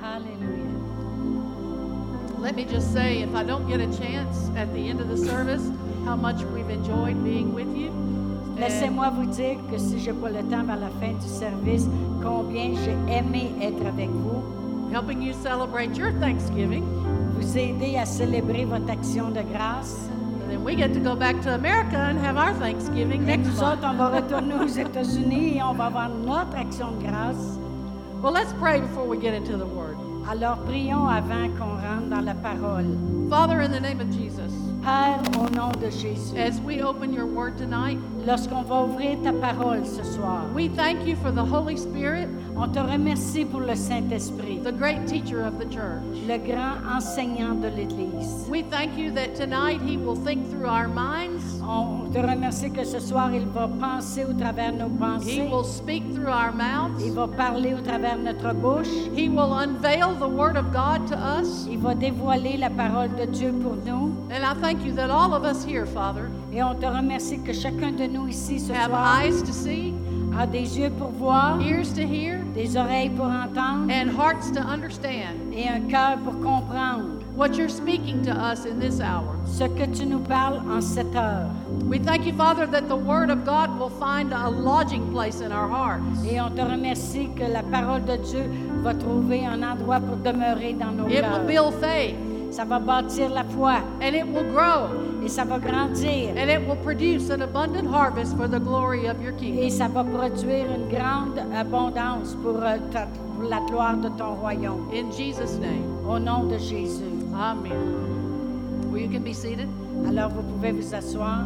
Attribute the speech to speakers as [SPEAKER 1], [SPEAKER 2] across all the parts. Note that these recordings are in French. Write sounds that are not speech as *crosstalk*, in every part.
[SPEAKER 1] Hallelujah.
[SPEAKER 2] Let me just say, if I don't get a chance at the end of the service, how much we've enjoyed being with you. And
[SPEAKER 1] Laissez-moi vous dire que si je n'ai pas le temps vers la fin du service, combien j'ai aimé être avec vous,
[SPEAKER 2] helping you celebrate your Thanksgiving.
[SPEAKER 1] vous aider à célébrer votre action de grâce.
[SPEAKER 2] And then we get to go back to America and have our Thanksgiving
[SPEAKER 1] Et
[SPEAKER 2] next
[SPEAKER 1] nous autres,
[SPEAKER 2] month.
[SPEAKER 1] on va retourner aux États-Unis et on va avoir notre action de grâce.
[SPEAKER 2] Well, let's pray before we get into the Word.
[SPEAKER 1] Alors prions avant qu'on rentre dans la parole.
[SPEAKER 2] Father, in the name of Jesus,
[SPEAKER 1] Père, au nom de Jésus,
[SPEAKER 2] as we open your Word tonight,
[SPEAKER 1] lorsqu'on va ouvrir ta parole ce soir,
[SPEAKER 2] we thank you for the Holy Spirit,
[SPEAKER 1] on te remercie pour le Saint-Esprit,
[SPEAKER 2] the great teacher of the church.
[SPEAKER 1] le grand enseignant de l'Église.
[SPEAKER 2] We thank you that tonight He will think through our minds,
[SPEAKER 1] On te remercie que ce soir, il va penser au travers de nos
[SPEAKER 2] He
[SPEAKER 1] pensées,
[SPEAKER 2] will speak through our mouths.
[SPEAKER 1] il va parler au travers de notre bouche,
[SPEAKER 2] He will unveil the Word of God to us.
[SPEAKER 1] il va dévoiler la parole de Dieu pour nous.
[SPEAKER 2] And I thank you that all of us here, Father,
[SPEAKER 1] Et on te remercie que chacun de nous ici ce
[SPEAKER 2] have
[SPEAKER 1] soir
[SPEAKER 2] eyes to see,
[SPEAKER 1] a des yeux pour voir,
[SPEAKER 2] ears to hear,
[SPEAKER 1] des oreilles pour entendre
[SPEAKER 2] and hearts to understand
[SPEAKER 1] et un cœur pour comprendre
[SPEAKER 2] what you're speaking to us in this hour.
[SPEAKER 1] ce que tu nous parles en cette heure.
[SPEAKER 2] We thank you, Father, that the Word of God will find a lodging place in our hearts.
[SPEAKER 1] Et on te remercie que la parole de Dieu va trouver un endroit pour demeurer dans nos
[SPEAKER 2] It will
[SPEAKER 1] cœurs.
[SPEAKER 2] build faith,
[SPEAKER 1] Ça va bâtir la foi
[SPEAKER 2] and it will grow,
[SPEAKER 1] et ça va grandir
[SPEAKER 2] and it will produce an abundant harvest for the glory of your
[SPEAKER 1] et
[SPEAKER 2] kingdom.
[SPEAKER 1] ça va produire une grande abondance pour, euh, ta- pour la gloire de ton royaume.
[SPEAKER 2] In Jesus' name,
[SPEAKER 1] Au nom de Jésus.
[SPEAKER 2] Amen. Well, you can be seated.
[SPEAKER 1] Alors vous pouvez vous asseoir.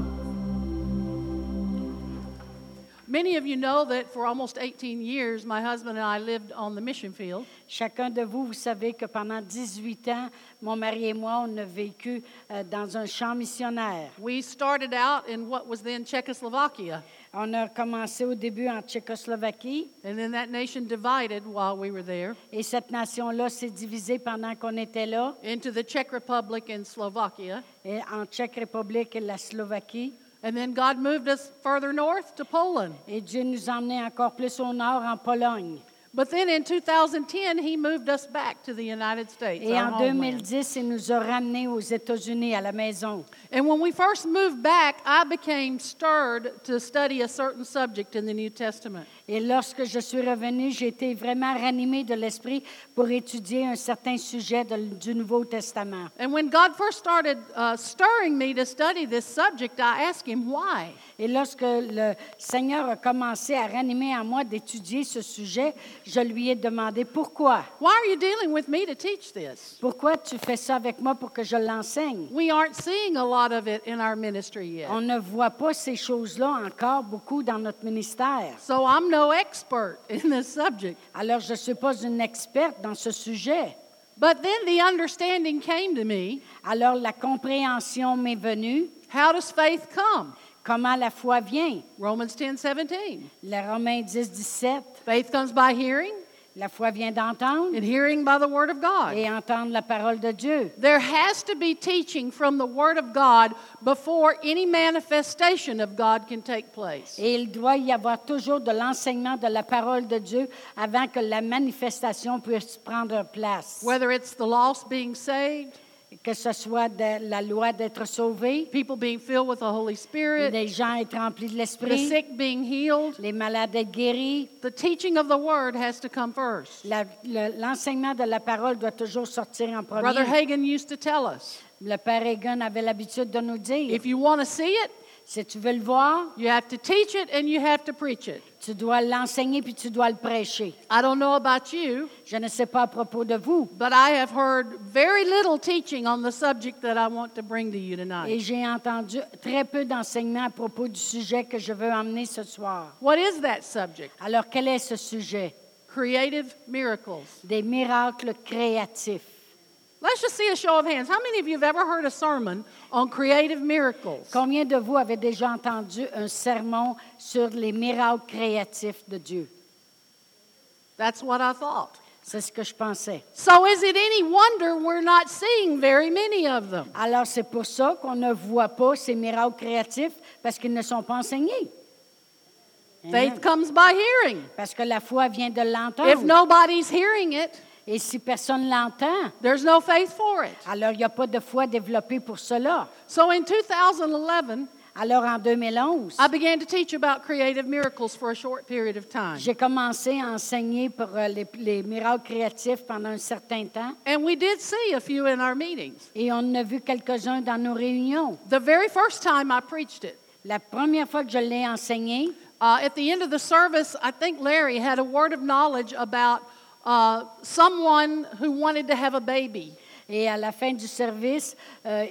[SPEAKER 2] Many of you know that for almost 18 years, my husband and I lived on the mission field.
[SPEAKER 1] Chacun de vous, vous savez que pendant 18 ans, mon mari et moi, on a vécu euh, dans un champ missionnaire.
[SPEAKER 2] We started out in what was then Czechoslovakia,
[SPEAKER 1] On a commencé au début en Tchécoslovaquie
[SPEAKER 2] and then that nation divided while we were there
[SPEAKER 1] et cette nation-là s'est divisée pendant qu'on était là,
[SPEAKER 2] into the Czech Republic and Slovakia.
[SPEAKER 1] et en Tchèque République et la Slovaquie.
[SPEAKER 2] And then God moved us further north to Poland.
[SPEAKER 1] Et Dieu nous emmenait encore plus au nord, en Pologne.
[SPEAKER 2] But then in 2010, He moved us back to the United States.
[SPEAKER 1] Et
[SPEAKER 2] our
[SPEAKER 1] en
[SPEAKER 2] homeland.
[SPEAKER 1] 2010, il nous a ramenés aux États-Unis, à la maison.
[SPEAKER 2] And when we first moved back, I became stirred to study a certain subject in the New Testament.
[SPEAKER 1] Et lorsque je suis revenue, j'ai été vraiment ranimée de l'esprit pour étudier un certain sujet de- du Nouveau Testament.
[SPEAKER 2] And when God first started uh, stirring me to study this subject, I asked Him why.
[SPEAKER 1] Et lorsque le Seigneur a commencé à ranimer en moi d'étudier ce sujet, je lui ai demandé pourquoi.
[SPEAKER 2] Why are you dealing with me to teach this?
[SPEAKER 1] Pourquoi tu fais ça avec moi pour que je l'enseigne?
[SPEAKER 2] We aren't seeing a lot of it in our ministry
[SPEAKER 1] On
[SPEAKER 2] yet.
[SPEAKER 1] ne voit pas ces choses-là encore beaucoup dans notre ministère.
[SPEAKER 2] So I'm no expert *laughs* in this subject.
[SPEAKER 1] Alors, je ne suis pas une experte dans ce sujet.
[SPEAKER 2] But then the understanding came to me
[SPEAKER 1] Alors, la compréhension m'est venue.
[SPEAKER 2] how does faith come?
[SPEAKER 1] Comment la foi vient?
[SPEAKER 2] Romans 10 17.
[SPEAKER 1] Le Romain 10, 17.
[SPEAKER 2] Faith comes by hearing,
[SPEAKER 1] La foi vient d'entendre
[SPEAKER 2] and hearing by the Word of God.
[SPEAKER 1] et entendre la parole de Dieu.
[SPEAKER 2] There has to be teaching from the Word of God before any manifestation of God can take place.
[SPEAKER 1] Et il doit y avoir toujours de l'enseignement de la parole de Dieu avant que la manifestation puisse prendre place.
[SPEAKER 2] Whether it's the lost being saved,
[SPEAKER 1] Que ce soit de la loi d'être sauvé,
[SPEAKER 2] people being filled with the Holy Spirit,
[SPEAKER 1] les gens être remplis de
[SPEAKER 2] the
[SPEAKER 1] l'esprit,
[SPEAKER 2] sick being healed,
[SPEAKER 1] les malades être guéris.
[SPEAKER 2] the teaching of the Word has to come first.
[SPEAKER 1] La- le- L'enseignement de la parole doit toujours sortir en
[SPEAKER 2] Brother
[SPEAKER 1] premier.
[SPEAKER 2] Hagan used to tell us
[SPEAKER 1] Le Père Egan avait l'habitude de nous dire,
[SPEAKER 2] if you want to see it,
[SPEAKER 1] si tu veux le voir,
[SPEAKER 2] you have to teach it and you have to preach it.
[SPEAKER 1] tu dois l'enseigner puis tu dois le prêcher.
[SPEAKER 2] I don't know about you,
[SPEAKER 1] Je ne sais pas à propos de vous,
[SPEAKER 2] but I have heard very little teaching on the subject that I want to bring to you
[SPEAKER 1] Et
[SPEAKER 2] tonight.
[SPEAKER 1] j'ai entendu très peu d'enseignements à propos du sujet que je veux emmener ce soir.
[SPEAKER 2] What is that subject?
[SPEAKER 1] Alors, quel est ce sujet?
[SPEAKER 2] Creative miracles.
[SPEAKER 1] Des miracles créatifs.
[SPEAKER 2] Let's just see a show of hands. How many of you have ever heard a sermon on creative miracles?
[SPEAKER 1] Combien de vous avez déjà entendu un sermon sur les miracles créatifs de Dieu?
[SPEAKER 2] That's what I thought.
[SPEAKER 1] C'est ce que je pensais.
[SPEAKER 2] So, is it any wonder we're not seeing very many of them?
[SPEAKER 1] Alors, c'est pour ça qu'on ne voit pas ces miracles créatifs parce qu'ils ne sont pas enseignés. Amen.
[SPEAKER 2] Faith comes by hearing.
[SPEAKER 1] Parce que la foi vient de
[SPEAKER 2] If
[SPEAKER 1] l'entendre.
[SPEAKER 2] nobody's hearing it,
[SPEAKER 1] Et si personne l'entend,
[SPEAKER 2] There's no faith for it.
[SPEAKER 1] alors il n'y a pas de foi développée pour cela.
[SPEAKER 2] So in 2011,
[SPEAKER 1] Alors en 2011,
[SPEAKER 2] I began to teach about creative miracles for a short period of time.
[SPEAKER 1] j'ai commencé à enseigner pour euh, les, les miracles créatifs pendant un certain temps
[SPEAKER 2] And we did see a few in our meetings.
[SPEAKER 1] et on en a vu quelques-uns dans nos réunions.
[SPEAKER 2] The very first time I preached it,
[SPEAKER 1] La première fois que je l'ai enseigné,
[SPEAKER 2] uh, at the end of the service, I think Larry had a word of knowledge about uh, someone who wanted to have a baby.
[SPEAKER 1] et à la fin du service, euh,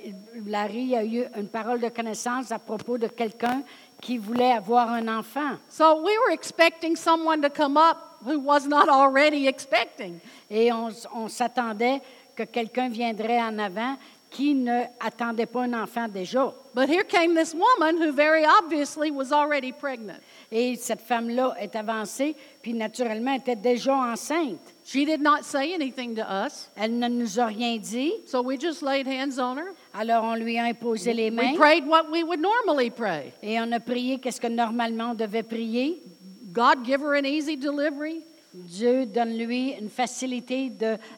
[SPEAKER 1] Larry a eu une parole de connaissance à propos de quelqu'un qui voulait avoir un enfant.
[SPEAKER 2] So we were expecting someone to come up who was not already expecting.
[SPEAKER 1] Et on, s- on s'attendait que quelqu'un viendrait en avant qui ne attendait pas un enfant déjà.
[SPEAKER 2] But here came this woman who very obviously was already pregnant.
[SPEAKER 1] Et cette femme-là est avancée, puis naturellement était déjà enceinte.
[SPEAKER 2] She did not say anything to us,
[SPEAKER 1] Elle ne nous a rien dit,
[SPEAKER 2] so we just laid hands on her.
[SPEAKER 1] alors on lui a imposé les mains
[SPEAKER 2] We prayed what we would normally pray
[SPEAKER 1] et on a prié qu'est-ce que normalement on devait prier.
[SPEAKER 2] God, give her an easy delivery,
[SPEAKER 1] Dieu donne-lui une facilité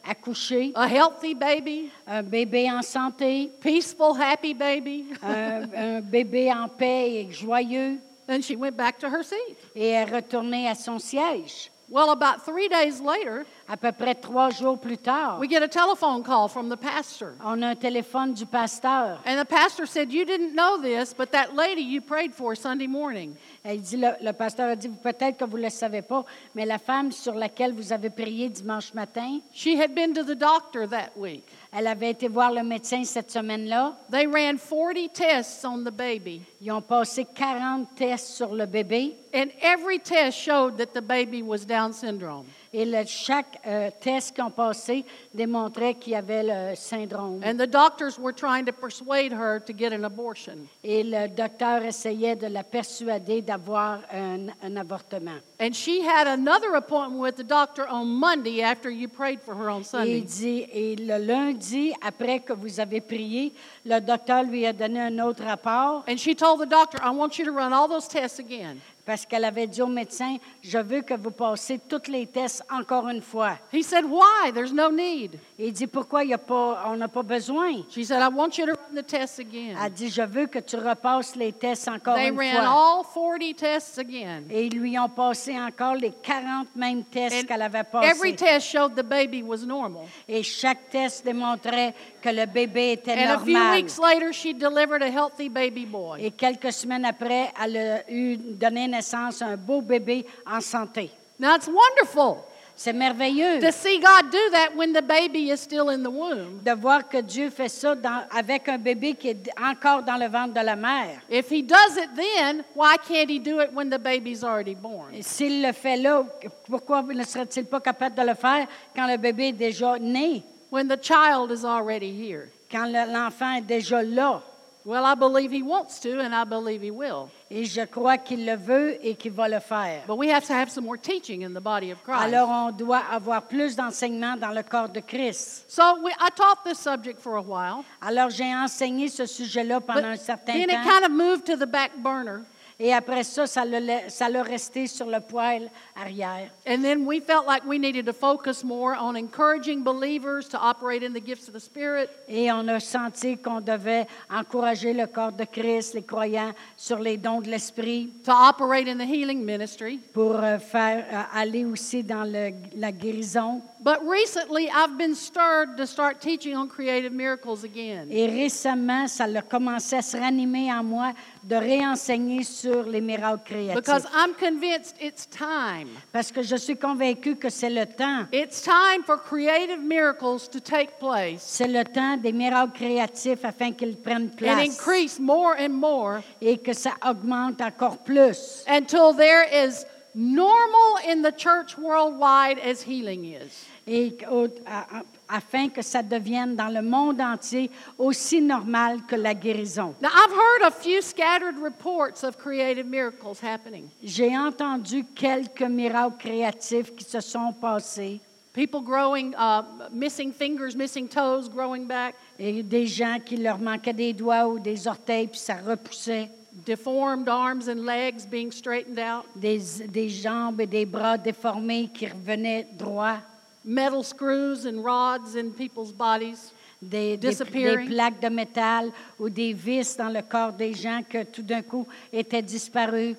[SPEAKER 1] d'accoucher,
[SPEAKER 2] a healthy baby,
[SPEAKER 1] un bébé en santé,
[SPEAKER 2] peaceful, happy baby.
[SPEAKER 1] un, un bébé en paix et joyeux,
[SPEAKER 2] Then she went back to her seat.
[SPEAKER 1] et est retournée à son siège.
[SPEAKER 2] Well, about three days later,
[SPEAKER 1] À peu près trois jours plus tard,
[SPEAKER 2] we get a telephone call from the pastor.
[SPEAKER 1] On a un téléphone du pasteur.
[SPEAKER 2] And the pastor said, You didn't know this, but that lady you prayed for Sunday morning,
[SPEAKER 1] Elle dit, le, le pasteur a dit, peut-être que vous ne le savez pas, mais la femme sur laquelle vous avez prié dimanche matin,
[SPEAKER 2] she had been to the doctor that week.
[SPEAKER 1] elle avait été voir le médecin cette semaine-là.
[SPEAKER 2] They ran 40 tests on the baby,
[SPEAKER 1] Ils ont passé 40 tests sur le bébé
[SPEAKER 2] and every test showed that the baby was Down syndrome.
[SPEAKER 1] et le- chaque euh, test qu'ils ont passé démontrait qu'il y avait le syndrome.
[SPEAKER 2] And the doctors were trying to persuade her to get an abortion.
[SPEAKER 1] Et le docteur essayait de la persuader d'avoir un, un avortement.
[SPEAKER 2] And she had another appointment with the doctor on Monday after you prayed for her on
[SPEAKER 1] Et,
[SPEAKER 2] Sunday.
[SPEAKER 1] il dit, et le lundi, après que vous avez prié, le docteur lui a donné un autre rapport
[SPEAKER 2] And she told the doctor, I want you to run all those tests again.
[SPEAKER 1] Parce qu'elle avait dit au médecin, je veux que vous passez tous les tests encore une fois.
[SPEAKER 2] He said, Why? There's no need.
[SPEAKER 1] Il dit, pourquoi il y a pas, on n'a pas besoin?
[SPEAKER 2] She said, I want you to run the tests
[SPEAKER 1] Elle
[SPEAKER 2] again.
[SPEAKER 1] dit, je veux que tu repasses les tests encore
[SPEAKER 2] They
[SPEAKER 1] une
[SPEAKER 2] ran
[SPEAKER 1] fois.
[SPEAKER 2] all 40 tests again.
[SPEAKER 1] Et ils lui ont passé encore les 40 mêmes tests
[SPEAKER 2] And
[SPEAKER 1] qu'elle avait
[SPEAKER 2] every
[SPEAKER 1] passés.
[SPEAKER 2] test showed the baby was normal.
[SPEAKER 1] Et chaque test démontrait que le bébé était
[SPEAKER 2] And a few
[SPEAKER 1] normal.
[SPEAKER 2] weeks later, she delivered a healthy baby boy.
[SPEAKER 1] Et quelques semaines après, elle a eu donné naissance à un beau bébé en santé.
[SPEAKER 2] Now, it's wonderful
[SPEAKER 1] C'est merveilleux
[SPEAKER 2] to see God do that when the baby is still in the womb.
[SPEAKER 1] de voir que Dieu fait ça dans- avec un bébé qui est encore dans le ventre de la mère.
[SPEAKER 2] If he does it then, why can't he do it when the baby's already born?
[SPEAKER 1] Et S'il le fait là, pourquoi ne serait-il pas capable de le faire quand le bébé est déjà né,
[SPEAKER 2] When the child is already here?
[SPEAKER 1] quand le- l'enfant est déjà là?
[SPEAKER 2] Well, I believe he wants to, and I believe he will.
[SPEAKER 1] Et je crois qu'il le veut et qu'il va le faire.
[SPEAKER 2] But we have to have some more teaching in the body of Christ.
[SPEAKER 1] Alors, on doit avoir plus d'enseignements dans le corps de Christ.
[SPEAKER 2] so we, I taught this subject for a while,
[SPEAKER 1] Alors, j'ai enseigné ce sujet-là
[SPEAKER 2] but
[SPEAKER 1] pendant un certain
[SPEAKER 2] then it
[SPEAKER 1] temps.
[SPEAKER 2] kind of moved to the back burner.
[SPEAKER 1] Et après ça, ça l'a la- ça l'a resté sur le poêle arrière.
[SPEAKER 2] And then we felt like we needed to focus more on encouraging believers to operate in the gifts of the Spirit.
[SPEAKER 1] Et on a senti qu'on devait encourager le corps de Christ, les croyants, sur les dons de l'esprit.
[SPEAKER 2] To operate in the healing ministry.
[SPEAKER 1] pour euh, faire euh, aller aussi dans le- la guérison.
[SPEAKER 2] But recently, I've been stirred to start teaching on creative miracles again.
[SPEAKER 1] Et récemment, ça a commencé à se ranimer en moi de réenseigner sur les miracles
[SPEAKER 2] Because
[SPEAKER 1] créatifs.
[SPEAKER 2] I'm convinced it's time.
[SPEAKER 1] Parce que je suis convaincue que c'est le temps.
[SPEAKER 2] It's time for creative miracles to take place
[SPEAKER 1] C'est le temps des miracles créatifs afin qu'ils prennent
[SPEAKER 2] and
[SPEAKER 1] place
[SPEAKER 2] increase more and more
[SPEAKER 1] et que ça augmente encore plus
[SPEAKER 2] until there is normal in the church worldwide as healing is.
[SPEAKER 1] et qu'au- a- a- afin que ça devienne dans le monde entier aussi normal que la guérison.
[SPEAKER 2] Now, I've heard a few scattered reports of creative miracles happening.
[SPEAKER 1] J'ai entendu quelques miracles créatifs qui se sont passés.
[SPEAKER 2] People growing, uh, missing fingers, missing toes, growing back,
[SPEAKER 1] Et des gens qui leur manquaient des doigts ou des orteils, puis ça repoussait.
[SPEAKER 2] deformed arms and legs being straightened out.
[SPEAKER 1] Des, des jambes et des bras déformés qui revenaient droits.
[SPEAKER 2] metal screws and rods in people's bodies.
[SPEAKER 1] des, des-
[SPEAKER 2] Disappearing.
[SPEAKER 1] des plaques de métal ou des vis dans le corps des gens que tout d'un coup étaient disparus.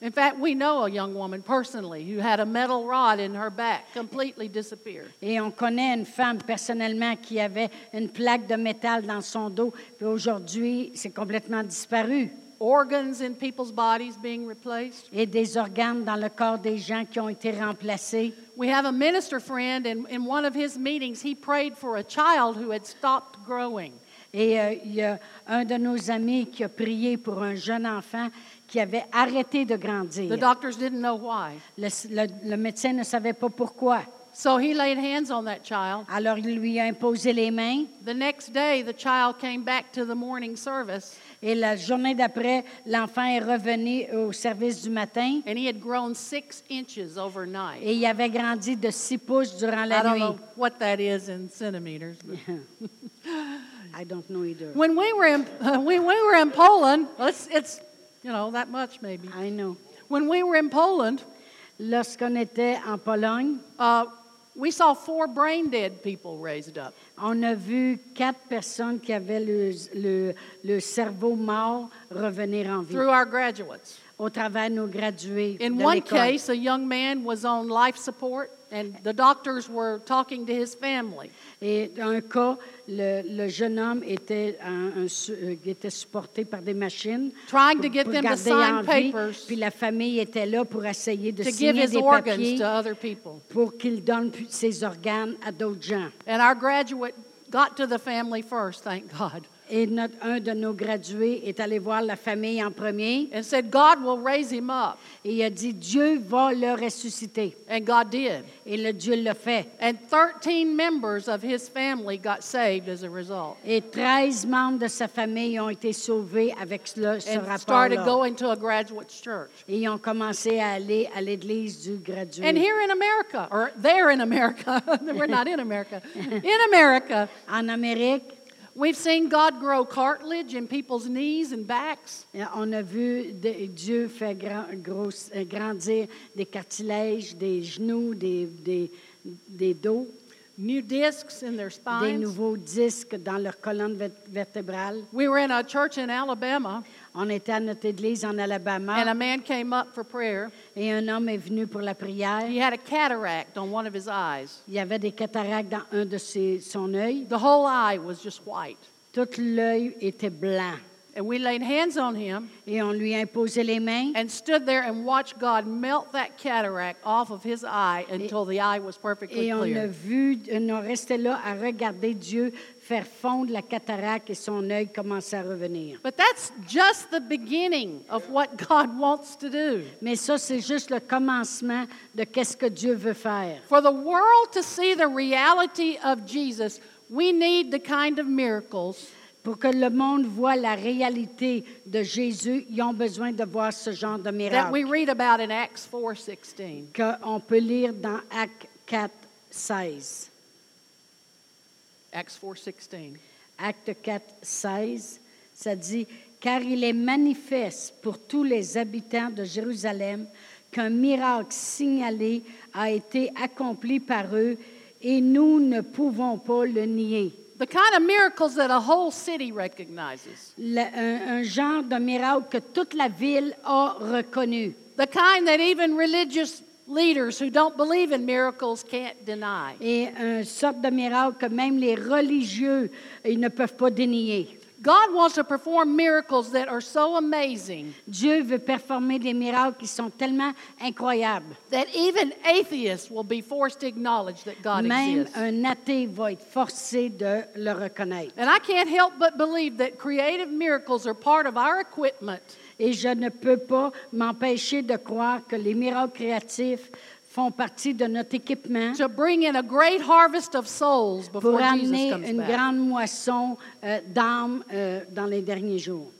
[SPEAKER 2] In fact, we know a young woman personally who had a metal rod in her back completely disappear.
[SPEAKER 1] Et on connaît une femme personnellement qui avait une plaque de métal dans son dos, puis aujourd'hui, c'est complètement disparu.
[SPEAKER 2] Organs in people's bodies being replaced.
[SPEAKER 1] Et des organes dans le corps des gens qui ont été remplacés.
[SPEAKER 2] We have a minister friend, and in one of his meetings, he prayed for a child who had stopped growing.
[SPEAKER 1] Et euh, il y a un de nos amis qui a prié pour un jeune enfant qui avait arrêté de grandir.
[SPEAKER 2] The doctors didn't know why.
[SPEAKER 1] Le, le- le médecin ne savait pas pourquoi.
[SPEAKER 2] So he laid hands on that child.
[SPEAKER 1] Alors il lui a imposé les mains
[SPEAKER 2] The next day, the child came back to the morning service,
[SPEAKER 1] et la journée d'après, l'enfant est revenu au service du matin
[SPEAKER 2] and he had grown six inches overnight.
[SPEAKER 1] et il avait grandi de 6 pouces durant
[SPEAKER 2] I
[SPEAKER 1] la
[SPEAKER 2] don't
[SPEAKER 1] nuit.
[SPEAKER 2] know what that is in centimeters. but-
[SPEAKER 1] I don't know either.
[SPEAKER 2] *laughs* When we were in, when we were in Poland, well, it's, it's, you know, that much maybe.
[SPEAKER 1] I know.
[SPEAKER 2] When we were in Poland,
[SPEAKER 1] Lorsqu'on était en Pologne,
[SPEAKER 2] uh, we saw four brain dead people raised up.
[SPEAKER 1] on a vu quatre personnes qui avaient le, le- le cerveau mort revenir en vie
[SPEAKER 2] through our graduates.
[SPEAKER 1] au travers de nos gradués.
[SPEAKER 2] In
[SPEAKER 1] de
[SPEAKER 2] one
[SPEAKER 1] l'école.
[SPEAKER 2] case, a young man was on life support, and the doctors were talking to his family.
[SPEAKER 1] Et dans un cas, le, le jeune homme était, en- un su- euh, était supporté par des machines
[SPEAKER 2] Trying to
[SPEAKER 1] pour,
[SPEAKER 2] get
[SPEAKER 1] pour
[SPEAKER 2] them to
[SPEAKER 1] garder
[SPEAKER 2] sign
[SPEAKER 1] en vie.
[SPEAKER 2] papers.
[SPEAKER 1] Puis la famille était là pour essayer de
[SPEAKER 2] to give
[SPEAKER 1] signer
[SPEAKER 2] his
[SPEAKER 1] des
[SPEAKER 2] organs
[SPEAKER 1] papiers
[SPEAKER 2] to other people.
[SPEAKER 1] pour qu'il donne pu- ses organes à d'autres gens.
[SPEAKER 2] And our graduate got to the family first, thank God,
[SPEAKER 1] Et notre, un de nos gradués est allé voir la famille en premier
[SPEAKER 2] and said, God will raise him up.
[SPEAKER 1] et il a dit, Dieu va le ressusciter.
[SPEAKER 2] And God did.
[SPEAKER 1] Et le Dieu le fait.
[SPEAKER 2] And 13 members of his family got saved as a result
[SPEAKER 1] Et 13 membres de sa famille ont été sauvés avec ce, ce
[SPEAKER 2] and started
[SPEAKER 1] rapport-là.
[SPEAKER 2] going to a graduate's church.
[SPEAKER 1] Et ils ont commencé à aller à l'église du gradué.
[SPEAKER 2] And here in America, or there in America, *laughs* we're not in America, in America,
[SPEAKER 1] En Amérique,
[SPEAKER 2] we've seen God grow cartilage in people's knees and backs.
[SPEAKER 1] euh, on a vu de- Dieu faire grand- grosse- euh, grandir des cartilages, des genoux, des, des, des dos,
[SPEAKER 2] New discs in their
[SPEAKER 1] des
[SPEAKER 2] spines.
[SPEAKER 1] nouveaux disques dans leur colonne vert- vertébrale.
[SPEAKER 2] We were in a church in Alabama,
[SPEAKER 1] On était à notre église en
[SPEAKER 2] and a
[SPEAKER 1] Alabama
[SPEAKER 2] man came up for prayer.
[SPEAKER 1] et un homme est venu pour la prière.
[SPEAKER 2] He had a cataract on one of his eyes.
[SPEAKER 1] Il y avait des cataractes dans un de ses, son œil.
[SPEAKER 2] The whole eye was just white.
[SPEAKER 1] Tout l'œil était blanc.
[SPEAKER 2] And we laid hands on him
[SPEAKER 1] Et on lui a imposé les mains.
[SPEAKER 2] and stood there and watched God melt that cataract off of his eye until the eye was perfectly
[SPEAKER 1] Et on a
[SPEAKER 2] clear.
[SPEAKER 1] vu, on restait là à regarder Dieu faire fondre la cataracte et son œil commençait à revenir.
[SPEAKER 2] But that's just the beginning of what *laughs* God wants to do.
[SPEAKER 1] Mais ça, c'est juste le commencement de qu'est-ce que Dieu veut faire.
[SPEAKER 2] For the world to see the reality of Jesus, we need the kind of miracles
[SPEAKER 1] Pour que le monde voit la réalité de Jésus, ils ont besoin de voir ce genre de
[SPEAKER 2] that we
[SPEAKER 1] miracle
[SPEAKER 2] read about in Acts 4:16.
[SPEAKER 1] qu'on peut lire dans Acte 4, 16.
[SPEAKER 2] Acts 4:16.
[SPEAKER 1] Acte 4, 16, ça dit Car il est manifeste pour tous les habitants de Jérusalem qu'un miracle signalé a été accompli par eux et nous ne pouvons pas le nier.
[SPEAKER 2] The kind of miracles that a whole city recognizes.
[SPEAKER 1] Le- un, un genre de miracle que toute la ville a reconnu.
[SPEAKER 2] The kind that even religious leaders who don't believe in miracles can't deny.
[SPEAKER 1] Et une sorte de miracle que même les religieux, ils ne peuvent pas dénier.
[SPEAKER 2] God wants to perform miracles that are so amazing
[SPEAKER 1] Dieu veut performer des miracles qui sont tellement incroyables.
[SPEAKER 2] that even atheists will be forced to acknowledge that God
[SPEAKER 1] Même
[SPEAKER 2] exists.
[SPEAKER 1] un athée va être forcé de le reconnaître.
[SPEAKER 2] And I can't help but believe that creative miracles are part of our equipment
[SPEAKER 1] Et je ne peux pas m'empêcher de croire que les miracles créatifs font partie de notre équipement
[SPEAKER 2] to bring in a great harvest of souls before
[SPEAKER 1] pour
[SPEAKER 2] Jesus
[SPEAKER 1] amener
[SPEAKER 2] comes
[SPEAKER 1] une
[SPEAKER 2] back.
[SPEAKER 1] grande moisson euh, d'âmes euh, dans les derniers jours.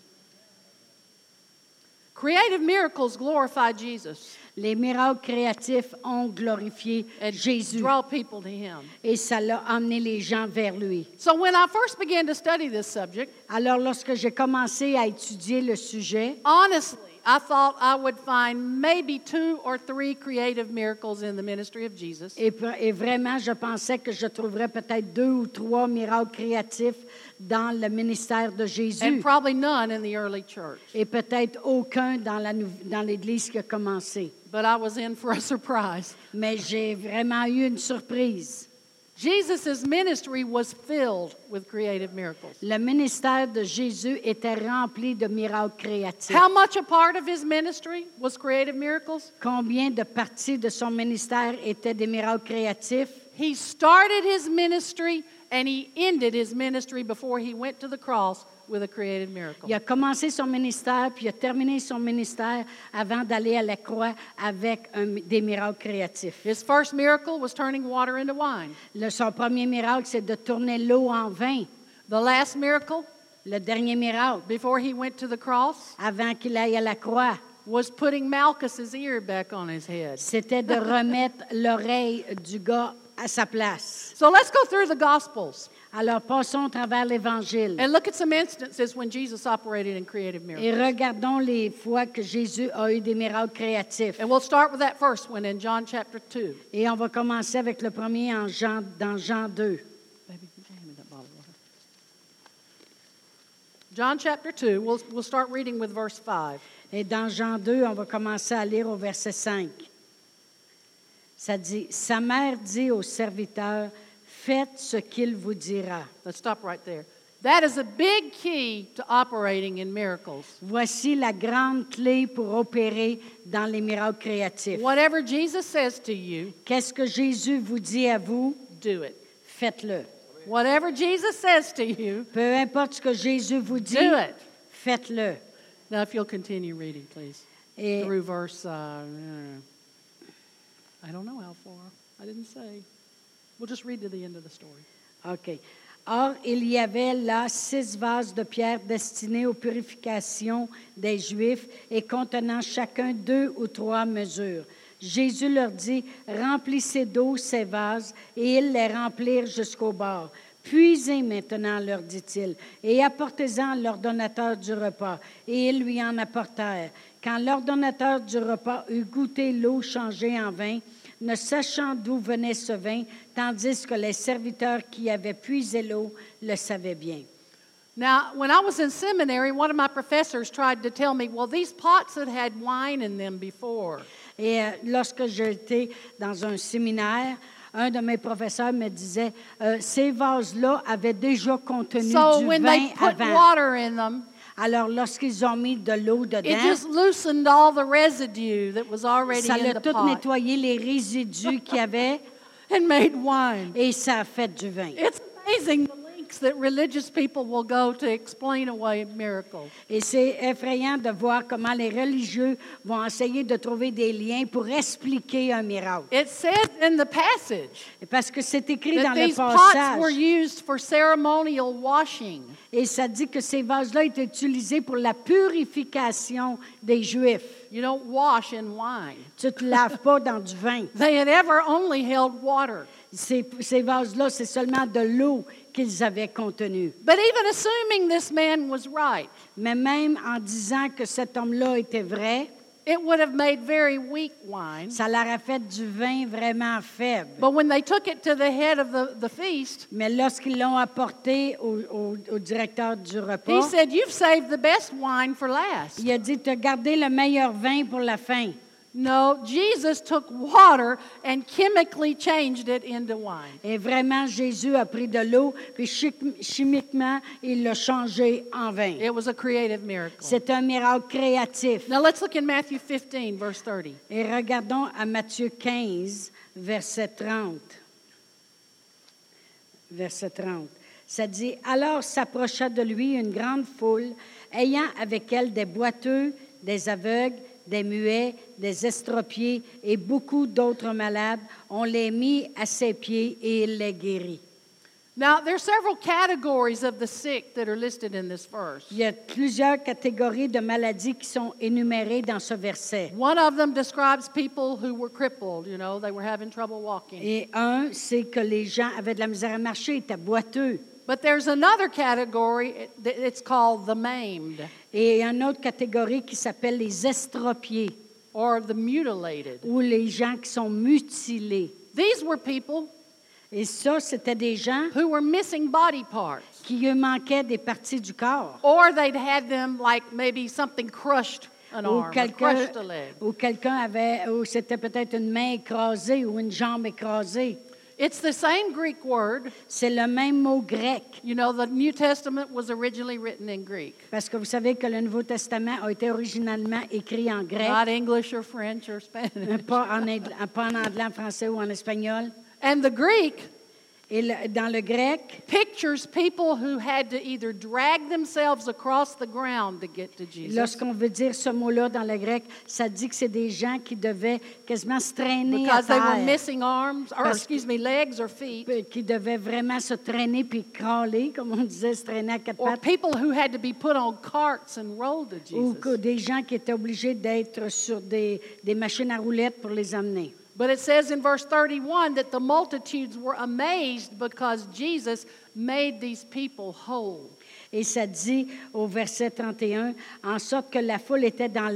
[SPEAKER 2] Creative miracles glorify Jesus
[SPEAKER 1] Les miracles créatifs ont glorifié
[SPEAKER 2] and
[SPEAKER 1] Jésus
[SPEAKER 2] draw people to him.
[SPEAKER 1] et ça l'a amené les gens vers lui.
[SPEAKER 2] So when I first began to study this subject,
[SPEAKER 1] Alors lorsque j'ai commencé à étudier le sujet,
[SPEAKER 2] honestly, I thought I would find maybe two or three creative miracles in the ministry of Jesus.
[SPEAKER 1] Et, pr- et vraiment, je pensais que je trouverais peut-être deux ou trois miracles créatifs dans le ministère de
[SPEAKER 2] And
[SPEAKER 1] Jésus
[SPEAKER 2] probably none in the early church.
[SPEAKER 1] et peut-être aucun dans la nou- dans l'Église qui a commencé.
[SPEAKER 2] But I was in for a *laughs* surprise.
[SPEAKER 1] Mais j'ai vraiment eu une surprise.
[SPEAKER 2] Jesus' ministry was filled with creative miracles.
[SPEAKER 1] Le ministère de Jésus était rempli de miracles créatifs.
[SPEAKER 2] How much a part of his ministry was creative miracles?
[SPEAKER 1] Combien de parties de son ministère étaient des miracles créatifs?
[SPEAKER 2] He started his ministry and he ended his ministry before he went to the cross with a creative miracle.
[SPEAKER 1] Il a commencé son ministère, puis il a terminé son ministère avant d'aller à la croix avec un- des miracles créatifs.
[SPEAKER 2] His first miracle was turning water into wine.
[SPEAKER 1] Le- son premier miracle, c'est de tourner l'eau en vin.
[SPEAKER 2] The last miracle,
[SPEAKER 1] Le dernier miracle,
[SPEAKER 2] before he went to the cross,
[SPEAKER 1] avant qu'il aille à la croix,
[SPEAKER 2] was putting Malchus's ear back on his head.
[SPEAKER 1] c'était de remettre l'oreille du gars à sa place.
[SPEAKER 2] So let's go through the Gospels
[SPEAKER 1] Alors passons au travers l'Évangile
[SPEAKER 2] and look at some instances when Jesus operated in creative miracles.
[SPEAKER 1] et regardons les fois que Jésus a eu des miracles créatifs.
[SPEAKER 2] And we'll start with that first one in John chapter 2.
[SPEAKER 1] Et on va commencer avec le premier en Jean, dans Jean 2.
[SPEAKER 2] Baby, can you hand me that bottle of water? John chapter 2, we'll, we'll start reading with verse 5.
[SPEAKER 1] Et dans Jean 2, on va commencer à lire au verset 5. Ça dit, Sa mère dit au serviteur, faites ce qu'il vous dira.
[SPEAKER 2] Let's stop right there. That is a big key to operating in miracles.
[SPEAKER 1] Voici la grande clé pour opérer dans les miracles créatifs.
[SPEAKER 2] Whatever Jesus says to you,
[SPEAKER 1] Qu'est-ce que Jésus vous dit à vous?
[SPEAKER 2] do it.
[SPEAKER 1] Faites-le.
[SPEAKER 2] Whatever Jesus says to you,
[SPEAKER 1] Peu importe ce que Jésus vous dit,
[SPEAKER 2] do it.
[SPEAKER 1] faites-le.
[SPEAKER 2] Now, if you'll continue reading, please.
[SPEAKER 1] Et
[SPEAKER 2] Through verse, uh, I don't know how far. I didn't say. We'll just read to the end of the story.
[SPEAKER 1] OK. Or, il y avait là six vases de pierre destinés aux purifications des Juifs et contenant chacun deux ou trois mesures. Jésus leur dit, remplissez d'eau ces vases, et ils les remplirent jusqu'au bord. Puisez maintenant, leur dit-il, et apportez-en à l'ordonnateur du repas. Et ils lui en apportèrent. Quand l'ordonnateur du repas eut goûté l'eau changée en vin, ne sachant d'où venait ce vin, tandis que les serviteurs qui avaient puisé l'eau le savaient bien.
[SPEAKER 2] Now, when I was in seminary, one of my professors tried to tell me, well, these pots had had wine in them before.
[SPEAKER 1] Et euh, lorsque j'étais dans un séminaire, un de mes professeurs me disait euh, ces vases-là avaient déjà contenu
[SPEAKER 2] So
[SPEAKER 1] du
[SPEAKER 2] when
[SPEAKER 1] vin
[SPEAKER 2] they put
[SPEAKER 1] avant.
[SPEAKER 2] water in them,
[SPEAKER 1] Alors lorsqu'ils ont mis de l'eau
[SPEAKER 2] it
[SPEAKER 1] dedans,
[SPEAKER 2] just loosened all the residue that was already
[SPEAKER 1] ça
[SPEAKER 2] in
[SPEAKER 1] a
[SPEAKER 2] the
[SPEAKER 1] tout
[SPEAKER 2] pot
[SPEAKER 1] nettoyé les résidus qu'il y avait
[SPEAKER 2] and made wine.
[SPEAKER 1] et ça a fait du vin.
[SPEAKER 2] It's amazing the lengths that religious people will go to explain away miracles.
[SPEAKER 1] Et c'est effrayant de voir comment les religieux vont essayer de trouver des liens pour expliquer un miracle.
[SPEAKER 2] It says in the passage
[SPEAKER 1] Parce que c'est écrit dans
[SPEAKER 2] that
[SPEAKER 1] le
[SPEAKER 2] these pots were
[SPEAKER 1] passage.
[SPEAKER 2] used for ceremonial washing.
[SPEAKER 1] Et ça dit que ces vases-là étaient utilisés pour la purification des Juifs.
[SPEAKER 2] You don't wash in wine.
[SPEAKER 1] Tu te laves pas dans du vin.
[SPEAKER 2] They had ever only held water.
[SPEAKER 1] Ces, ces vases-là, c'est seulement de l'eau qu'ils avaient contenue.
[SPEAKER 2] But even assuming this man was right,
[SPEAKER 1] Mais même en disant que cet homme-là était vrai,
[SPEAKER 2] it would have made very weak wine.
[SPEAKER 1] ça leur a fait du vin vraiment faible.
[SPEAKER 2] But when they took it to the head of the, the feast,
[SPEAKER 1] Mais lorsqu'ils l'ont apporté au, au- au directeur du
[SPEAKER 2] he
[SPEAKER 1] repas,
[SPEAKER 2] said, You've saved the best wine for last.
[SPEAKER 1] il a dit, tu as gardé le meilleur vin pour la fin.
[SPEAKER 2] No, Jesus took water and chemically changed it into wine.
[SPEAKER 1] Et vraiment, Jésus a pris de l'eau, puis chi- chimiquement, il l'a changé en vin.
[SPEAKER 2] It was a creative miracle.
[SPEAKER 1] C'est un miracle créatif.
[SPEAKER 2] Now let's look in Matthew 15, verse 30.
[SPEAKER 1] Et regardons à Matthieu 15, verset 30. Verset 30. Ça dit, Alors s'approcha de lui une grande foule, ayant avec elle des boiteux, des aveugles, des muets, des estropiés et beaucoup d'autres malades. On les mit à ses pieds et il les guérit.
[SPEAKER 2] Now, there are several categories of the sick that are listed in this verse.
[SPEAKER 1] Il y a plusieurs catégories de maladies qui sont énumérées dans ce verset.
[SPEAKER 2] One of them describes people who were crippled, you know, they were having trouble walking.
[SPEAKER 1] Et un, c'est que les gens avaient de la misère à marcher, étaient boiteux.
[SPEAKER 2] But there's another category, it- th- it's called the maimed
[SPEAKER 1] Et il y a une autre catégorie qui s'appelle les estropiés
[SPEAKER 2] or the mutilated.
[SPEAKER 1] ou les gens qui sont mutilés.
[SPEAKER 2] These were people
[SPEAKER 1] Et ça, c'était des gens
[SPEAKER 2] who were missing body parts,
[SPEAKER 1] qui eux manquaient des parties du corps.
[SPEAKER 2] or they'd had them like maybe something crushed
[SPEAKER 1] Ou
[SPEAKER 2] an arm, or
[SPEAKER 1] quelqu'un
[SPEAKER 2] crushed a leg.
[SPEAKER 1] ou quelqu'un avait, ou c'était peut-être une main écrasée ou une jambe écrasée.
[SPEAKER 2] It's the same Greek word.
[SPEAKER 1] C'est le même mot grec.
[SPEAKER 2] You know, the New Testament was originally written in Greek,
[SPEAKER 1] Parce que vous savez que le Nouveau Testament a été originalement écrit en grec,
[SPEAKER 2] not English or French or Spanish.
[SPEAKER 1] pas en, ind- pas en anglais, en français ou en espagnol.
[SPEAKER 2] And the Greek
[SPEAKER 1] Et le- dans le grec,
[SPEAKER 2] pictures people who had to either drag themselves across the ground to get to Jesus
[SPEAKER 1] lorsqu'on veut dire ce mot-là dans le grec, ça dit que c'est des gens qui devaient quasiment se traîner à
[SPEAKER 2] because they were
[SPEAKER 1] terre,
[SPEAKER 2] missing arms, or
[SPEAKER 1] Parce que-
[SPEAKER 2] excuse me, legs or feet,
[SPEAKER 1] euh, qui devaient vraiment se traîner puis crawler, comme on disait, se traîner à quatre
[SPEAKER 2] or
[SPEAKER 1] pattes,
[SPEAKER 2] people who had to be put on carts and rolled to
[SPEAKER 1] ou que
[SPEAKER 2] Jesus.
[SPEAKER 1] des gens qui étaient obligés d'être sur des, des machines à roulettes pour les amener.
[SPEAKER 2] But it says in verse 31 that the multitudes were amazed because Jesus made these people whole.
[SPEAKER 1] Et ça dit au verset 31, en sorte que la foule était dans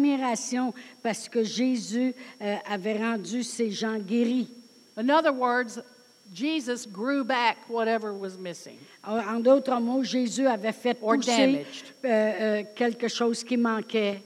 [SPEAKER 1] l'admiration parce que Jésus euh, avait rendu ces gens guéris.
[SPEAKER 2] In other words, Jesus grew back whatever was missing.
[SPEAKER 1] En en d'autres mots, Jésus avait fait
[SPEAKER 2] Or
[SPEAKER 1] pousser
[SPEAKER 2] damaged.
[SPEAKER 1] euh, euh, quelque chose qui manquait.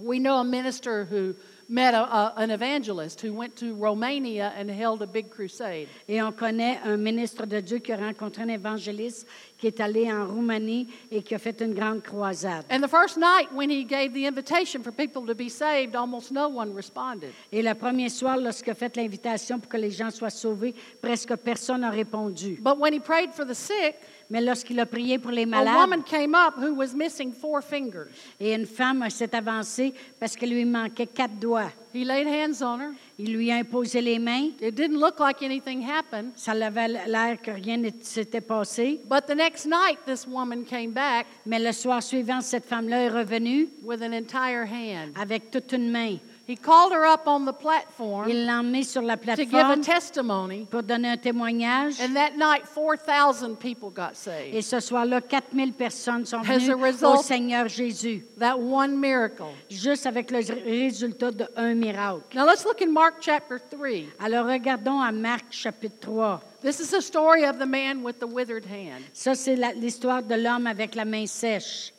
[SPEAKER 2] We know a minister who met a, a- an evangelist who went to Romania and held a big crusade.
[SPEAKER 1] Et on connaît un ministre de Dieu qui a rencontré un évangéliste qui est allé en Roumanie et qui a fait une grande croisade.
[SPEAKER 2] And the first night when he gave the invitation for people to be saved, almost no one responded.
[SPEAKER 1] Et le premier soir, lorsqu'il a fait l'invitation pour que les gens soient sauvés, presque personne n'a répondu.
[SPEAKER 2] But when he prayed for the sick,
[SPEAKER 1] Mais lorsqu'il a prié pour les
[SPEAKER 2] a
[SPEAKER 1] malades,
[SPEAKER 2] woman came up who was missing four fingers.
[SPEAKER 1] Et une femme s'est avancée parce qu'il lui manquait quatre doigts.
[SPEAKER 2] He laid hands on her.
[SPEAKER 1] Il lui a imposé les mains.
[SPEAKER 2] It didn't look like anything happened.
[SPEAKER 1] Ça avait l'air que rien ne s'était passé.
[SPEAKER 2] But the next night, this woman came back
[SPEAKER 1] Mais le soir suivant, cette femme-là est revenue
[SPEAKER 2] with an entire hand.
[SPEAKER 1] avec toute une main.
[SPEAKER 2] He called her up on the platform
[SPEAKER 1] Il l'a emmenée sur la
[SPEAKER 2] to give a
[SPEAKER 1] plateforme
[SPEAKER 2] testimony.
[SPEAKER 1] pour donner un témoignage.
[SPEAKER 2] And that night, 4,000 people got saved.
[SPEAKER 1] Et ce soir-là, 4000 personnes sont
[SPEAKER 2] As
[SPEAKER 1] venues
[SPEAKER 2] a result-
[SPEAKER 1] au Seigneur Jésus,
[SPEAKER 2] That one miracle.
[SPEAKER 1] juste avec le résultat d'un miracle.
[SPEAKER 2] Now let's look in Mark chapter 3.
[SPEAKER 1] Alors regardons à Marc chapitre 3.
[SPEAKER 2] This is the story of the man with the withered hand.
[SPEAKER 1] Ça, c'est la- l'histoire de l'homme avec la main sèche.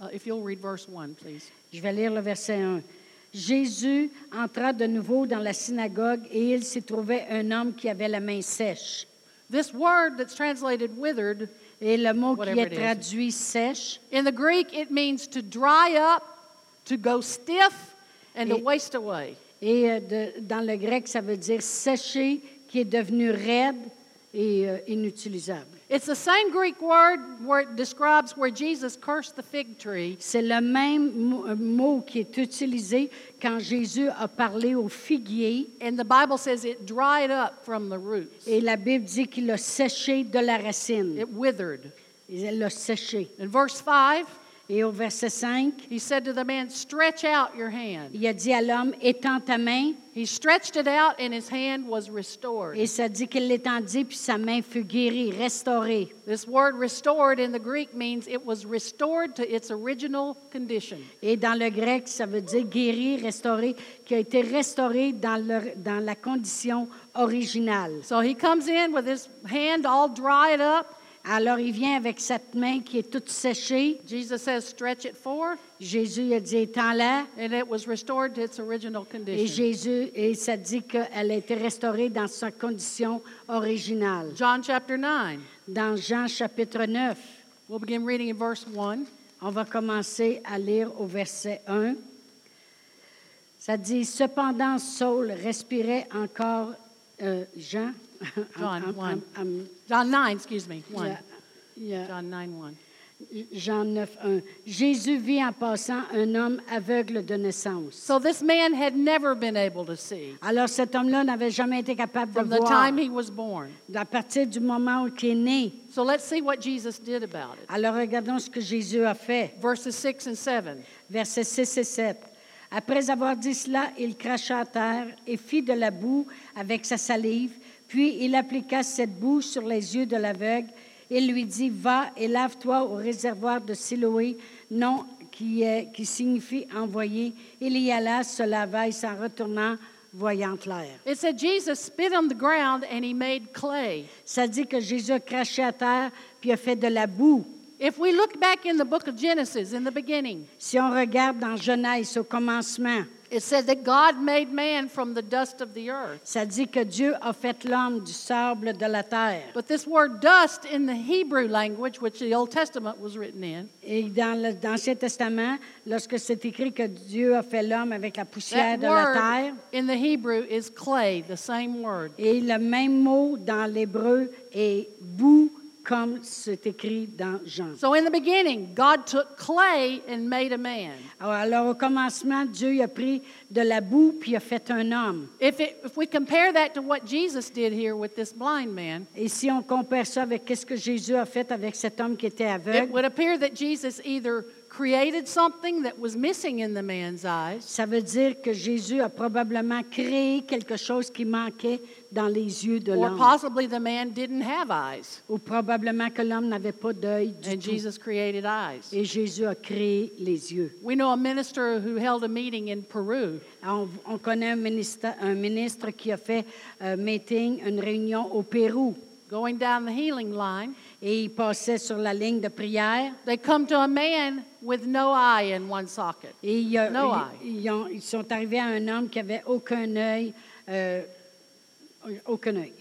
[SPEAKER 2] Uh, if you'll read verse 1, please.
[SPEAKER 1] Je vais lire le verset 1. Jésus entra de nouveau dans la synagogue et il s'y trouvait un homme qui avait la main sèche.
[SPEAKER 2] This word that's translated withered,
[SPEAKER 1] Et le mot qui
[SPEAKER 2] Whatever
[SPEAKER 1] est
[SPEAKER 2] it is.
[SPEAKER 1] traduit sèche,
[SPEAKER 2] in the Greek, it means to dry up, to go stiff, and to
[SPEAKER 1] Et-
[SPEAKER 2] waste away.
[SPEAKER 1] et euh, de- dans le grec, ça veut dire séché, qui est devenu raide et euh, inutilisable.
[SPEAKER 2] It's the same Greek word where it describes where Jesus cursed the fig tree
[SPEAKER 1] C'est le même mo- euh, mot qui est utilisé quand Jésus a parlé au figuier
[SPEAKER 2] And the Bible says it dried up from the roots.
[SPEAKER 1] et la Bible dit qu'il l'a séché de la racine.
[SPEAKER 2] It withered.
[SPEAKER 1] Il l'a séché.
[SPEAKER 2] In verse 5,
[SPEAKER 1] Et au verset 5,
[SPEAKER 2] he said to the man, Stretch out your hand.
[SPEAKER 1] il a dit à l'homme, étends ta main,
[SPEAKER 2] He stretched it out, and his hand was restored.
[SPEAKER 1] Et ça dit qu'il l'étendit, puis sa main fut guérie, restaurée.
[SPEAKER 2] This word restored in the Greek means it was restored to its original condition.
[SPEAKER 1] Et dans le grec, ça veut dire guérie, restaurée, qui a été restaurée dans, le- dans la condition originale.
[SPEAKER 2] So he comes in with his hand all dried up.
[SPEAKER 1] Alors il vient avec cette main qui est toute séchée.
[SPEAKER 2] Jesus says, Stretch it forth,
[SPEAKER 1] Jésus a dit, étends-la.
[SPEAKER 2] and it was restored to its original
[SPEAKER 1] Et
[SPEAKER 2] condition.
[SPEAKER 1] Jésus, et ça dit qu'elle a été restaurée dans sa condition originale.
[SPEAKER 2] John chapter 9.
[SPEAKER 1] Dans Jean chapitre 9,
[SPEAKER 2] We'll begin reading in verse 1.
[SPEAKER 1] On va commencer à lire au verset 1. Ça dit Cependant, Saul respirait encore euh, Jean.
[SPEAKER 2] John,
[SPEAKER 1] Am- am-
[SPEAKER 2] one.
[SPEAKER 1] am-
[SPEAKER 2] John 9, excuse me. 1.
[SPEAKER 1] am- il y a-
[SPEAKER 2] John 9 1.
[SPEAKER 1] il y a Jean 9, 1. Jésus vit en passant un homme aveugle de naissance.
[SPEAKER 2] So this man had never been able to see
[SPEAKER 1] Alors cet homme-là n'avait jamais été capable de
[SPEAKER 2] from the
[SPEAKER 1] voir
[SPEAKER 2] time he was born.
[SPEAKER 1] à partir du moment où il est né.
[SPEAKER 2] So let's see what Jesus did about it.
[SPEAKER 1] Alors regardons ce que Jésus a fait.
[SPEAKER 2] Verses 6 and 7.
[SPEAKER 1] versets 6 et 7. Après avoir dit cela, il cracha à terre et fit de la boue avec sa salive, puis il appliqua cette boue sur les yeux de l'aveugle Il lui dit, va et lave-toi au réservoir de Siloé, nom qui, est- qui signifie envoyé. Il y alla, se lava et s'en retournant, voyant clair.
[SPEAKER 2] It said Jesus spit on the ground and he made clay.
[SPEAKER 1] Ça dit que Jésus a craché à terre puis a fait de la boue.
[SPEAKER 2] If we look back in the book of Genesis, in the beginning,
[SPEAKER 1] Si on regarde dans Genèse au commencement,
[SPEAKER 2] it said that God made man from the dust of the earth.
[SPEAKER 1] ça dit que Dieu a fait l'homme du sable de la terre.
[SPEAKER 2] But this word dust in the Hebrew language, which the Old Testament was written in,
[SPEAKER 1] Et dans le- dans l'Ancien Testament, lorsque c'est écrit que Dieu a fait l'homme avec la poussière
[SPEAKER 2] that
[SPEAKER 1] de la
[SPEAKER 2] word
[SPEAKER 1] terre,
[SPEAKER 2] in the Hebrew is clay, the same word.
[SPEAKER 1] et le même mot dans l'hébreu est boue, comme c'est écrit dans Jean.
[SPEAKER 2] So in the beginning, God took clay and made a man.
[SPEAKER 1] Alors, alors, au commencement, Dieu il a pris de la boue puis il a fait un homme.
[SPEAKER 2] If, it, if we compare that to what Jesus did here with this blind man,
[SPEAKER 1] Et si on compare ça avec quest ce que Jésus a fait avec cet homme qui était
[SPEAKER 2] it
[SPEAKER 1] aveugle,
[SPEAKER 2] would appear that Jesus either created something that was missing in the man's eyes,
[SPEAKER 1] ça veut dire que Jésus a probablement créé quelque chose qui manquait dans les yeux de
[SPEAKER 2] or
[SPEAKER 1] l'homme.
[SPEAKER 2] possibly the man didn't have eyes,
[SPEAKER 1] Ou probablement que l'homme n'avait pas d'œil du
[SPEAKER 2] and
[SPEAKER 1] tout.
[SPEAKER 2] Jesus created eyes.
[SPEAKER 1] Et Jésus a créé les yeux.
[SPEAKER 2] We know a minister who held a meeting in Peru,
[SPEAKER 1] On, on connaît un ministre, un ministre qui a fait un meeting, une réunion au Pérou.
[SPEAKER 2] going down the healing line.
[SPEAKER 1] Et il passait sur la ligne de prière.
[SPEAKER 2] They come to a man with no eye in one socket.
[SPEAKER 1] Et il y a-
[SPEAKER 2] No
[SPEAKER 1] ils, ils ont- ils sont arrivés à un homme qui avait aucun œil. euh, aucun œil.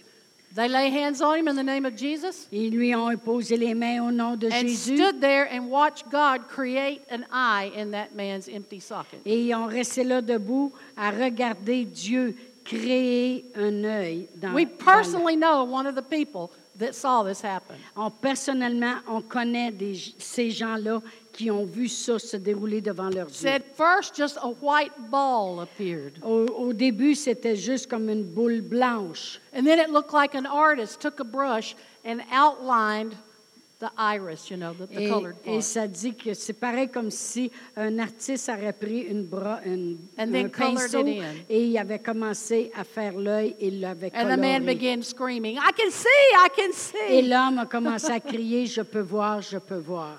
[SPEAKER 2] They lay hands on him in the name of Jesus
[SPEAKER 1] Ils lui ont imposé les mains au nom de
[SPEAKER 2] and
[SPEAKER 1] Jésus.
[SPEAKER 2] stood there and watched God create an eye in that man's empty socket.
[SPEAKER 1] Et ils ont resté là debout à regarder Dieu créer un œil dans,
[SPEAKER 2] We
[SPEAKER 1] dans-
[SPEAKER 2] personally know one of the people that saw this happen.
[SPEAKER 1] on, Personnellement, on connaît des- ces gens-là qui ont vu ça se dérouler devant leurs yeux.
[SPEAKER 2] Said first just a white ball appeared.
[SPEAKER 1] Au, au début, c'était juste comme une boule blanche.
[SPEAKER 2] And then it looked like an artist took a brush and outlined the iris, you know, the, the
[SPEAKER 1] Et,
[SPEAKER 2] colored
[SPEAKER 1] et
[SPEAKER 2] part.
[SPEAKER 1] ça dit que c'est pareil comme si un artiste aurait pris une bras, une,
[SPEAKER 2] And
[SPEAKER 1] un
[SPEAKER 2] then colored
[SPEAKER 1] pinceau
[SPEAKER 2] it in.
[SPEAKER 1] et il avait commencé à faire l'œil et il l'avait
[SPEAKER 2] And the man
[SPEAKER 1] coloré.
[SPEAKER 2] began screaming, I can see, I can
[SPEAKER 1] Et
[SPEAKER 2] see.
[SPEAKER 1] l'homme a commencé à crier, je peux voir, je peux voir.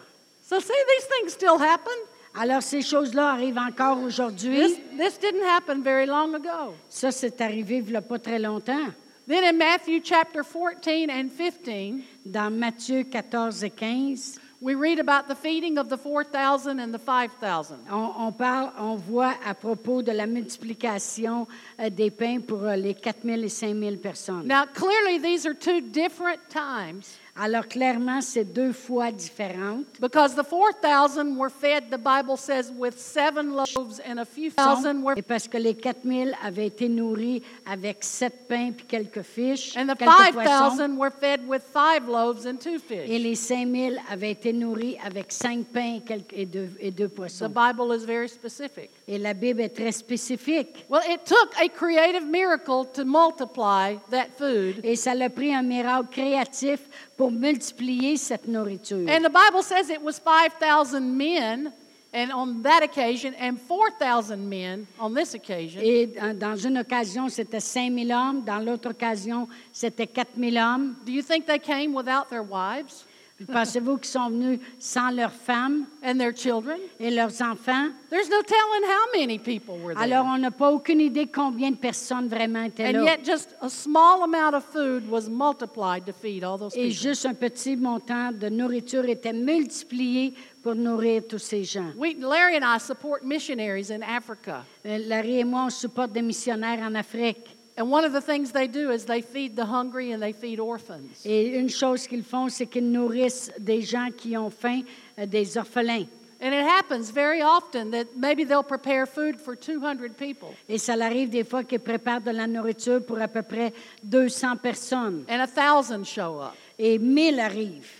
[SPEAKER 2] So see, these things still happen.
[SPEAKER 1] Alors ces choses-là arrivent encore
[SPEAKER 2] This,
[SPEAKER 1] aujourd'hui.
[SPEAKER 2] this didn't happen very long ago.
[SPEAKER 1] Ça, c'est arrivé il n'y a pas très longtemps.
[SPEAKER 2] Then in Matthew chapter 14 and 15,
[SPEAKER 1] Dans Matthieu 14 et 15,
[SPEAKER 2] we read about the feeding of the 4,000 and the 5,000.
[SPEAKER 1] On, on parle, on voit à propos de la multiplication euh, des pains pour euh, les 4 000 et 5 000 personnes.
[SPEAKER 2] Now, clearly, these are two different times
[SPEAKER 1] Alors clairement, c'est deux fois différentes.
[SPEAKER 2] because the 4,000 were fed, the Bible says, with seven loaves and a few thousand were
[SPEAKER 1] Et parce que les 4 000 avaient été nourris avec sept pains puis quelques fiches,
[SPEAKER 2] And the
[SPEAKER 1] quelques poissons.
[SPEAKER 2] 5,000 were fed with five loaves and two fish.
[SPEAKER 1] Et les 5 000 avaient été nourris avec cinq pains et, quelques- et deux, et deux
[SPEAKER 2] The
[SPEAKER 1] poissons.
[SPEAKER 2] Bible is very specific.
[SPEAKER 1] Et la Bible est très spécifique.
[SPEAKER 2] Well, it took a creative miracle to multiply that food.
[SPEAKER 1] Et ça l'a pris un miracle créatif pour multiplier cette nourriture.
[SPEAKER 2] And the Bible says it was 5,000 men and on that occasion and 4,000 men on this occasion.
[SPEAKER 1] Et dans- dans une occasion, c'était 5 000 hommes. Dans l'autre occasion, c'était 4 000 hommes.
[SPEAKER 2] Do you think they came without their wives *laughs*
[SPEAKER 1] Pensez-vous qu'ils sont venus sans leurs femmes
[SPEAKER 2] and their children?
[SPEAKER 1] et leurs enfants?
[SPEAKER 2] There's no telling how many people were
[SPEAKER 1] Alors,
[SPEAKER 2] there.
[SPEAKER 1] on n'a pas aucune idée combien de personnes vraiment étaient
[SPEAKER 2] And
[SPEAKER 1] là.
[SPEAKER 2] yet just a small amount of food was multiplied to feed all those
[SPEAKER 1] Et
[SPEAKER 2] people.
[SPEAKER 1] juste un petit montant de nourriture était multiplié pour nourrir tous ces gens.
[SPEAKER 2] We, Larry and I support missionaries in Africa.
[SPEAKER 1] Euh, Larry et moi, on supporte des missionnaires en Afrique.
[SPEAKER 2] And one of the things they do is they feed the hungry and they feed orphans.
[SPEAKER 1] Et une chose qu'ils font, c'est qu'ils nourrissent des gens qui ont faim, euh, des orphelins.
[SPEAKER 2] And it happens very often that maybe they'll prepare food for 200 people
[SPEAKER 1] Et ça arrive des fois qu'ils préparent de la nourriture pour à peu près 200 personnes.
[SPEAKER 2] and a thousand show up.
[SPEAKER 1] Et 1000 arrivent.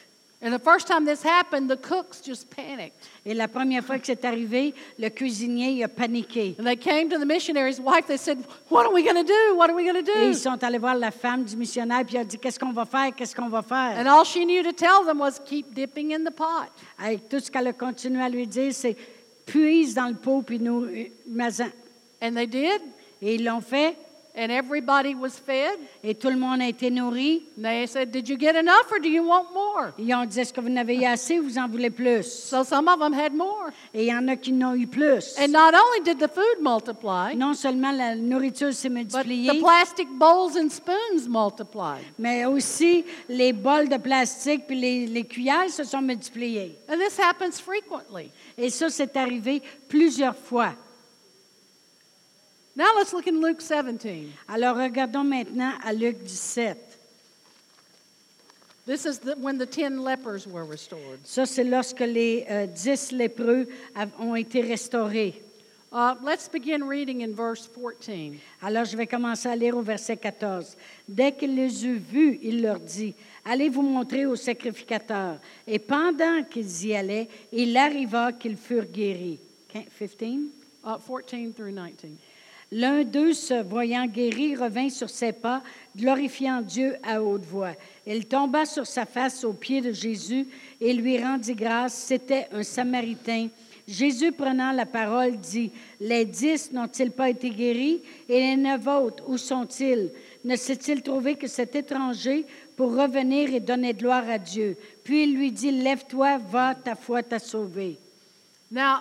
[SPEAKER 2] And the first time this happened, the cooks just panicked.
[SPEAKER 1] Et la première fois que c'est arrivé, le cuisinier il a paniqué.
[SPEAKER 2] And they came to the missionary's wife. They said, What are we going to do? What are we going to
[SPEAKER 1] Et
[SPEAKER 2] do?
[SPEAKER 1] ils sont allés voir la femme du missionnaire puis elle a dit qu'est-ce qu'on va faire, qu'est-ce qu'on va faire.
[SPEAKER 2] And all she knew to tell them was keep dipping in the pot.
[SPEAKER 1] Avec tout ce qu'elle a continué à lui dire, c'est puise dans le pot puis nous mais
[SPEAKER 2] And they did.
[SPEAKER 1] Et ils l'ont fait.
[SPEAKER 2] and everybody was fed.
[SPEAKER 1] et tout le monde a été nourri.
[SPEAKER 2] And they said, Did you get enough or do you want more?
[SPEAKER 1] Ils ont dit, est-ce que vous n'avez eu assez ou vous en voulez plus?
[SPEAKER 2] So some of them had more.
[SPEAKER 1] Et il y en a qui n'ont eu plus.
[SPEAKER 2] And not only did the food multiply,
[SPEAKER 1] non seulement la nourriture s'est
[SPEAKER 2] but the
[SPEAKER 1] multipliée,
[SPEAKER 2] plastic bowls and spoons multiplied.
[SPEAKER 1] mais aussi les bols de plastique puis les, les cuillères se sont multipliés.
[SPEAKER 2] And this happens frequently.
[SPEAKER 1] Et ça, c'est arrivé plusieurs fois.
[SPEAKER 2] Now let's look in Luke 17.
[SPEAKER 1] Alors, regardons maintenant à Luc 17.
[SPEAKER 2] This is the, when the 10 lepers were restored.
[SPEAKER 1] Ça, c'est lorsque les euh, dix lépreux av- ont été restaurés.
[SPEAKER 2] Uh, let's begin reading in verse 14.
[SPEAKER 1] Alors, je vais commencer à lire au verset 14. Dès qu'il les eut vus, il leur dit, Allez vous montrer au sacrificateur. Et pendant qu'ils y allaient, il arriva qu'ils furent guéris. Quin- 15?
[SPEAKER 2] Uh, 14 through 19.
[SPEAKER 1] L'un d'eux, se voyant guéri, revint sur ses pas, glorifiant Dieu à haute voix. Il tomba sur sa face aux pieds de Jésus et lui rendit grâce. C'était un Samaritain. Jésus, prenant la parole, dit, Les dix n'ont-ils pas été guéris? Et les neuf autres, où sont-ils? Ne s'est-il trouvé que cet étranger pour revenir et donner gloire à Dieu? Puis il lui dit, Lève-toi, va, ta foi t'a sauvé.
[SPEAKER 2] Now,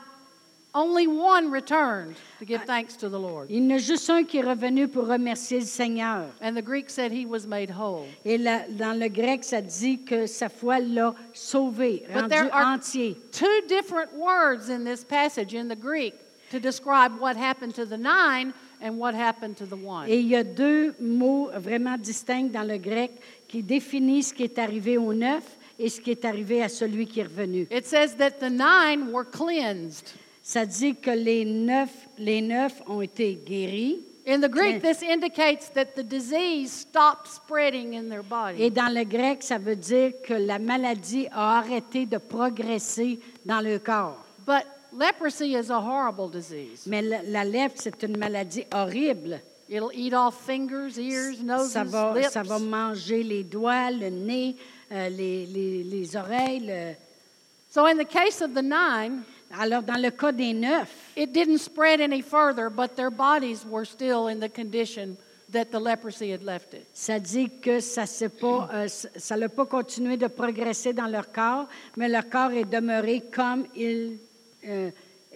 [SPEAKER 2] only one returned to give thanks to the Lord.
[SPEAKER 1] Il n'y en a juste un qui est revenu pour remercier le Seigneur.
[SPEAKER 2] And the Greek said he was made whole.
[SPEAKER 1] Et la- dans le grec, ça dit que sa foi l'a sauvé,
[SPEAKER 2] But
[SPEAKER 1] rendu
[SPEAKER 2] there are-
[SPEAKER 1] entier.
[SPEAKER 2] Two different words in this passage in the Greek to describe what happened to the nine and what happened to the one.
[SPEAKER 1] Et il y a deux mots vraiment distincts dans le grec qui définissent ce qui est arrivé au neuf et ce qui est arrivé à celui qui est revenu.
[SPEAKER 2] It says that the nine were cleansed.
[SPEAKER 1] Ça dit que les neuf, les neuf ont été guéris.
[SPEAKER 2] In the Greek,
[SPEAKER 1] Cleansed.
[SPEAKER 2] this indicates that the disease stopped spreading in their
[SPEAKER 1] Et
[SPEAKER 2] body.
[SPEAKER 1] dans le grec, ça veut dire que la maladie a arrêté de progresser dans le corps.
[SPEAKER 2] But leprosy is a horrible disease.
[SPEAKER 1] Mais la, la lèpre, c'est une maladie horrible.
[SPEAKER 2] It'll eat off fingers, ears, noses,
[SPEAKER 1] Ça va,
[SPEAKER 2] lips.
[SPEAKER 1] ça va manger les doigts, le nez, euh, les, les- les oreilles. le-
[SPEAKER 2] So, in the case of the nine,
[SPEAKER 1] Alors, dans le cas des neuf,
[SPEAKER 2] It didn't spread any further, but their bodies were still in the condition that the leprosy had left it.
[SPEAKER 1] ça dit que ça n'a pas, euh, ça- ça l'a pas continué de progresser dans leur corps, mais leur corps est demeuré comme il, euh,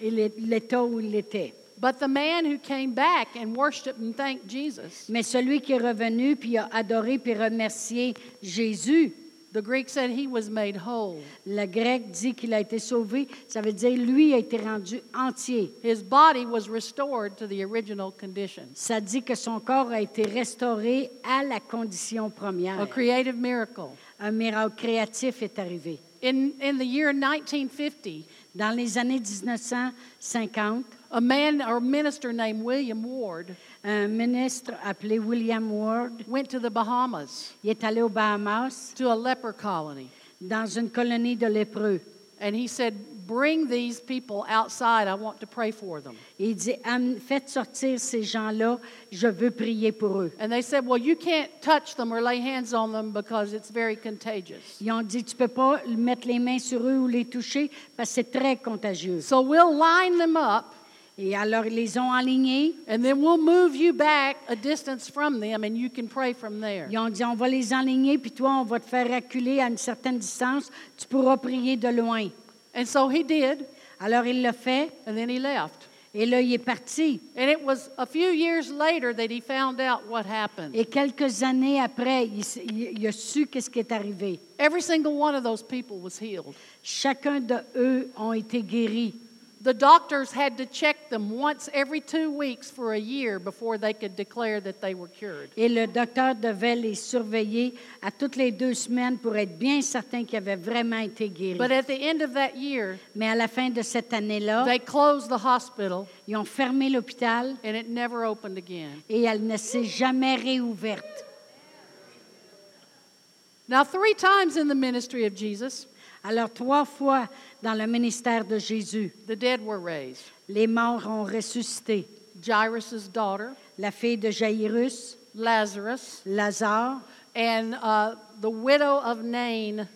[SPEAKER 1] il est- l'état où il était.
[SPEAKER 2] But the man who came back and worshiped and thanked Jesus,
[SPEAKER 1] Mais celui qui est revenu, puis a adoré, puis remercié Jésus,
[SPEAKER 2] the Greek said he was made whole.
[SPEAKER 1] le grec dit qu'il a été sauvé, ça veut dire lui a été rendu entier.
[SPEAKER 2] His body was restored to the original condition.
[SPEAKER 1] Ça dit que son corps a été restauré à la condition
[SPEAKER 2] A
[SPEAKER 1] première.
[SPEAKER 2] creative miracle.
[SPEAKER 1] Un miracle créatif est arrivé.
[SPEAKER 2] In, in the year 1950,
[SPEAKER 1] Dans les années 1950,
[SPEAKER 2] a man or minister named William Ward
[SPEAKER 1] un ministre appelé William Ward
[SPEAKER 2] went to the Bahamas
[SPEAKER 1] il est allé aux Bahamas
[SPEAKER 2] to a leper colony.
[SPEAKER 1] dans une colonie de lépreux.
[SPEAKER 2] And he said, Bring these people outside. I want to pray for them.
[SPEAKER 1] Il dit Am- Faites sortir ces gens-là, je veux prier pour eux.
[SPEAKER 2] And they said, Well, you can't touch them or lay hands on them because it's very contagious.
[SPEAKER 1] Ils ont dit Tu peux pas mettre les mains sur eux ou les toucher parce que c'est très contagieux.
[SPEAKER 2] So we'll line them up
[SPEAKER 1] Et alors, ils les ont alignés.
[SPEAKER 2] and then we'll move you back a distance from them and you can pray from there.
[SPEAKER 1] Ils ont dit, on va les enligner, puis toi, on va te faire reculer à une certaine distance. Tu pourras prier de loin.
[SPEAKER 2] And so he did,
[SPEAKER 1] Alors, il l'a fait,
[SPEAKER 2] and then he left.
[SPEAKER 1] et là, il est parti.
[SPEAKER 2] And it was a few years later that he found out what happened.
[SPEAKER 1] Et quelques années après, il, s- il- il a su qu'est-ce qui est arrivé.
[SPEAKER 2] Every single one of those people was healed.
[SPEAKER 1] Chacun de eux ont été guéris.
[SPEAKER 2] The doctors had to check them once every two weeks for a year before they could declare that they were cured.
[SPEAKER 1] Et le docteur devait les surveiller à toutes les deux semaines pour être bien certain qu'ils avaient vraiment été
[SPEAKER 2] But
[SPEAKER 1] guéris.
[SPEAKER 2] at the end of that year,
[SPEAKER 1] Mais à la fin de cette année-là,
[SPEAKER 2] they closed the hospital
[SPEAKER 1] ils ont fermé l'hôpital
[SPEAKER 2] and it never opened again.
[SPEAKER 1] et elle ne s'est jamais réouverte.
[SPEAKER 2] Now, three times in the ministry of Jesus,
[SPEAKER 1] Alors, trois fois dans le ministère de Jésus,
[SPEAKER 2] the dead were raised
[SPEAKER 1] les morts ont ressuscité.
[SPEAKER 2] Jairus' daughter,
[SPEAKER 1] La fille de Jairus,
[SPEAKER 2] Lazarus,
[SPEAKER 1] Lazare,
[SPEAKER 2] and uh, the widow of Nain,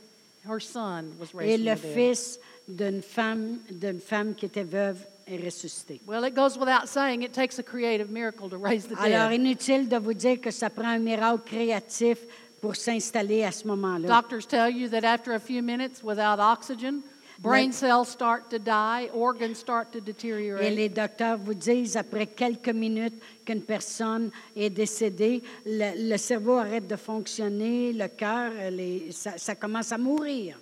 [SPEAKER 2] her son, was
[SPEAKER 1] et
[SPEAKER 2] raised.
[SPEAKER 1] le
[SPEAKER 2] From the dead.
[SPEAKER 1] fils d'une femme, d'une femme qui était veuve est ressuscité.
[SPEAKER 2] Well, it goes without saying, it takes a creative miracle to raise the
[SPEAKER 1] Alors,
[SPEAKER 2] dead.
[SPEAKER 1] inutile de vous dire que ça prend un miracle créatif pour s'installer à ce moment-là.
[SPEAKER 2] Doctors tell you that after a few minutes without oxygen, brain cells start to die, organs start to
[SPEAKER 1] Et
[SPEAKER 2] deteriorate.
[SPEAKER 1] les docteurs vous disent, après quelques minutes qu'une personne est décédée, le, le cerveau arrête de fonctionner, le cœur, les- ça, ça commence à mourir.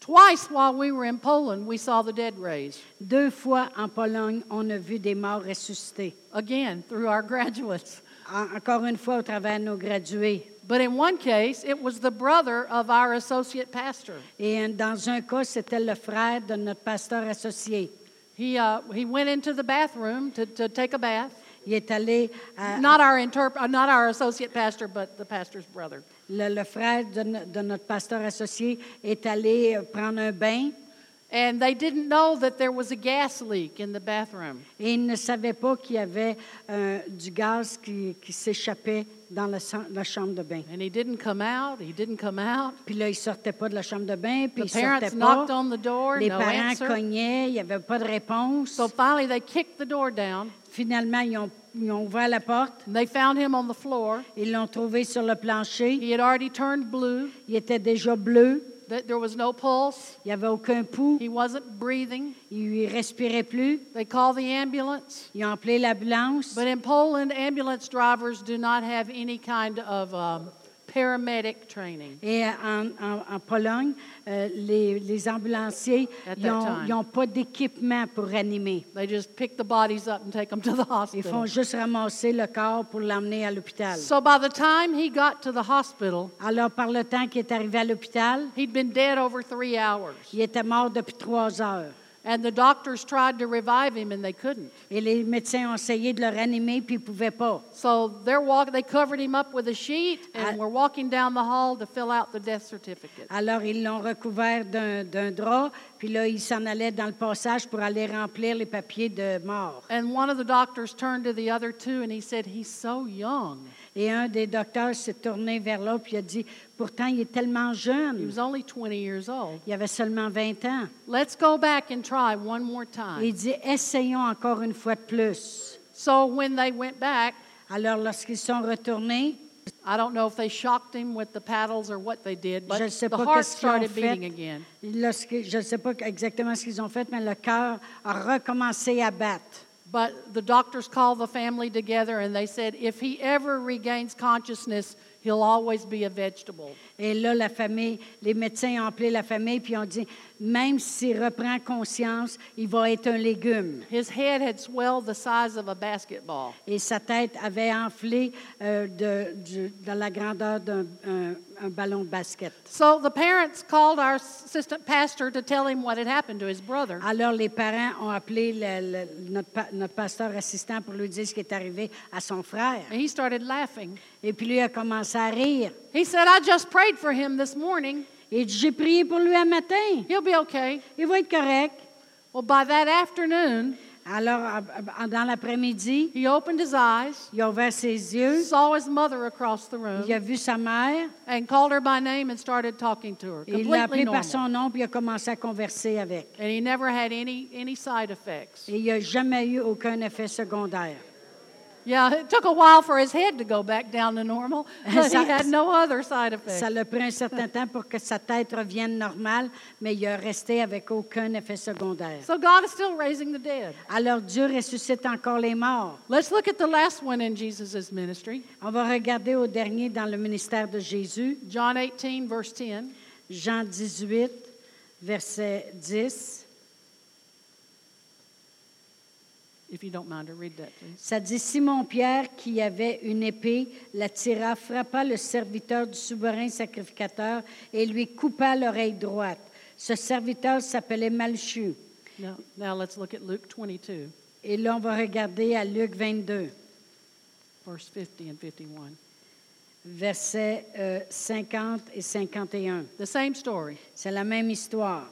[SPEAKER 2] Twice while we were in Poland, we saw the dead raised.
[SPEAKER 1] Deux fois en Pologne, on a vu des morts ressuscités.
[SPEAKER 2] Again, through our *laughs* graduates.
[SPEAKER 1] En- encore une fois, au travers de nos gradués.
[SPEAKER 2] But in one case, it was the brother of our associate pastor.
[SPEAKER 1] Et un- dans un cas, c'était le frère de notre pasteur associé.
[SPEAKER 2] He, uh, he went into the bathroom to, to take a bath.
[SPEAKER 1] Il est allé à,
[SPEAKER 2] Not our interp- uh, not our associate pastor, but the pastor's brother.
[SPEAKER 1] Le, le frère de, no- de notre pasteur associé est allé euh, prendre un bain
[SPEAKER 2] And they didn't know that there was a gas leak in the bathroom.
[SPEAKER 1] et il ne savait pas qu'il y avait euh, du gaz qui, qui s'échappait dans la, sa- la chambre de bain.
[SPEAKER 2] And he didn't come out. He didn't come out.
[SPEAKER 1] Puis là, il sortait pas de la chambre de bain, puis
[SPEAKER 2] The
[SPEAKER 1] il sortait
[SPEAKER 2] parents
[SPEAKER 1] pas.
[SPEAKER 2] knocked on the door,
[SPEAKER 1] Les
[SPEAKER 2] no
[SPEAKER 1] parents
[SPEAKER 2] answer.
[SPEAKER 1] cognaient, il n'y avait pas de réponse.
[SPEAKER 2] So finally, they kicked the door down.
[SPEAKER 1] Finalement, ils ont, ils ont ouvert la porte,
[SPEAKER 2] And they found him on the floor.
[SPEAKER 1] ils l'ont trouvé sur le plancher.
[SPEAKER 2] He had already turned blue.
[SPEAKER 1] Il était déjà bleu,
[SPEAKER 2] That there was no pulse.
[SPEAKER 1] il n'y avait aucun pouls,
[SPEAKER 2] He wasn't breathing.
[SPEAKER 1] il ne respirait plus.
[SPEAKER 2] They called the ambulance.
[SPEAKER 1] Ils ont appelé l'ambulance.
[SPEAKER 2] But in Poland, ambulance drivers do not have any kind of um, paramedic training.
[SPEAKER 1] Et euh, en, en- en Pologne, euh, les, les ambulanciers
[SPEAKER 2] At that time.
[SPEAKER 1] n'ont pas d'équipement pour réanimer.
[SPEAKER 2] They just pick the bodies up and take them to the
[SPEAKER 1] Ils font
[SPEAKER 2] hospital.
[SPEAKER 1] juste ramasser le corps pour l'emmener à l'hôpital.
[SPEAKER 2] So by the time he got to the hospital,
[SPEAKER 1] Alors, par le temps qu'il est arrivé à l'hôpital,
[SPEAKER 2] he'd been dead over three hours.
[SPEAKER 1] il était mort depuis trois heures.
[SPEAKER 2] And the doctors tried to revive him and they couldn't.
[SPEAKER 1] Et les médecins ont essayé de le réanimer, puis ils ne pouvaient pas.
[SPEAKER 2] So they're walk- they covered him up with a sheet and
[SPEAKER 1] I-
[SPEAKER 2] were walking down the hall to fill out the death certificate.
[SPEAKER 1] Alors, ils l'ont recouvert d'un d'un drap, puis là, il s'en allait dans le passage pour aller remplir les papiers de mort.
[SPEAKER 2] And one of the doctors turned to the other two and he said, He's so young.
[SPEAKER 1] Et un des docteurs s'est tourné vers l'autre, puis il a dit, pourtant, il est tellement
[SPEAKER 2] He
[SPEAKER 1] jeune.
[SPEAKER 2] was only 20 years old.
[SPEAKER 1] Il avait seulement 20 ans.
[SPEAKER 2] Let's go back and try one more
[SPEAKER 1] Il
[SPEAKER 2] time.
[SPEAKER 1] dit, essayons encore une fois de plus.
[SPEAKER 2] So when they went back,
[SPEAKER 1] Alors, lorsqu'ils sont retournés,
[SPEAKER 2] I don't know if they shocked him with the paddles or what they did,
[SPEAKER 1] je ne
[SPEAKER 2] but
[SPEAKER 1] sais
[SPEAKER 2] the
[SPEAKER 1] pas
[SPEAKER 2] heart
[SPEAKER 1] qu'est-ce qu'ils ont
[SPEAKER 2] started beating
[SPEAKER 1] fait.
[SPEAKER 2] again.
[SPEAKER 1] Lorsque- je ne sais pas exactement ce qu'ils ont fait, mais le cœur a recommencé à battre.
[SPEAKER 2] But the doctors called the family together and they said, if he ever regains consciousness, he'll always be a vegetable.
[SPEAKER 1] Et là, la famille, les médecins ont appelé la famille puis ont dit, même s'il reprend conscience, il va être un légume.
[SPEAKER 2] His head had swelled the size of a basketball.
[SPEAKER 1] Et sa tête avait enflé euh, de, du- de la grandeur d'un un- un ballon de basket.
[SPEAKER 2] So the parents called our assistant pastor to tell him what had happened to his brother.
[SPEAKER 1] Alors, les parents ont appelé le- le- notre, pa- notre pasteur assistant pour lui dire ce qui est arrivé à son frère.
[SPEAKER 2] And he started laughing.
[SPEAKER 1] Et puis, lui a commencé à rire.
[SPEAKER 2] He said, I just prayed for him this morning.
[SPEAKER 1] Il dit, j'ai prié pour lui un matin.
[SPEAKER 2] He'll be okay.
[SPEAKER 1] Il va être correct.
[SPEAKER 2] Well, by that afternoon,
[SPEAKER 1] Alors, en- en- dans l'après-midi,
[SPEAKER 2] he opened his eyes,
[SPEAKER 1] il a ouvert ses yeux.
[SPEAKER 2] saw his mother across the
[SPEAKER 1] Il a
[SPEAKER 2] room,
[SPEAKER 1] vu sa mère.
[SPEAKER 2] and called her by name and started talking to her.
[SPEAKER 1] Et il l'a appelée
[SPEAKER 2] Completely
[SPEAKER 1] par
[SPEAKER 2] normal.
[SPEAKER 1] son nom, puis il a commencé à converser avec.
[SPEAKER 2] And he never had any, any side effects.
[SPEAKER 1] Et il n'a jamais eu aucun effet secondaire.
[SPEAKER 2] Yeah, it took a while for his head to go back down to normal, but he
[SPEAKER 1] Ça-
[SPEAKER 2] had no other side effects.
[SPEAKER 1] Ça l'a pris un certain temps pour que sa tête revienne normale, mais il a resté avec aucun effet secondaire.
[SPEAKER 2] So God is still raising the dead.
[SPEAKER 1] Alors Dieu ressuscite encore les morts.
[SPEAKER 2] Let's look at the last one in Jesus' ministry,
[SPEAKER 1] On va regarder au dernier dans le ministère de Jésus,
[SPEAKER 2] John 18, verse 10.
[SPEAKER 1] Jean 18, verset 10.
[SPEAKER 2] If you don't mind to read that, please.
[SPEAKER 1] Ça dit Simon-Pierre, qui avait une épée, la tira, frappa le serviteur du souverain sacrificateur et lui coupa l'oreille droite. Ce serviteur s'appelait Malchu.
[SPEAKER 2] Now, now let's look at Luke 22,
[SPEAKER 1] Et là, on va regarder à Luc 22,
[SPEAKER 2] verse 50 and 51.
[SPEAKER 1] versets euh, 50 et 51.
[SPEAKER 2] The same story.
[SPEAKER 1] C'est la même histoire.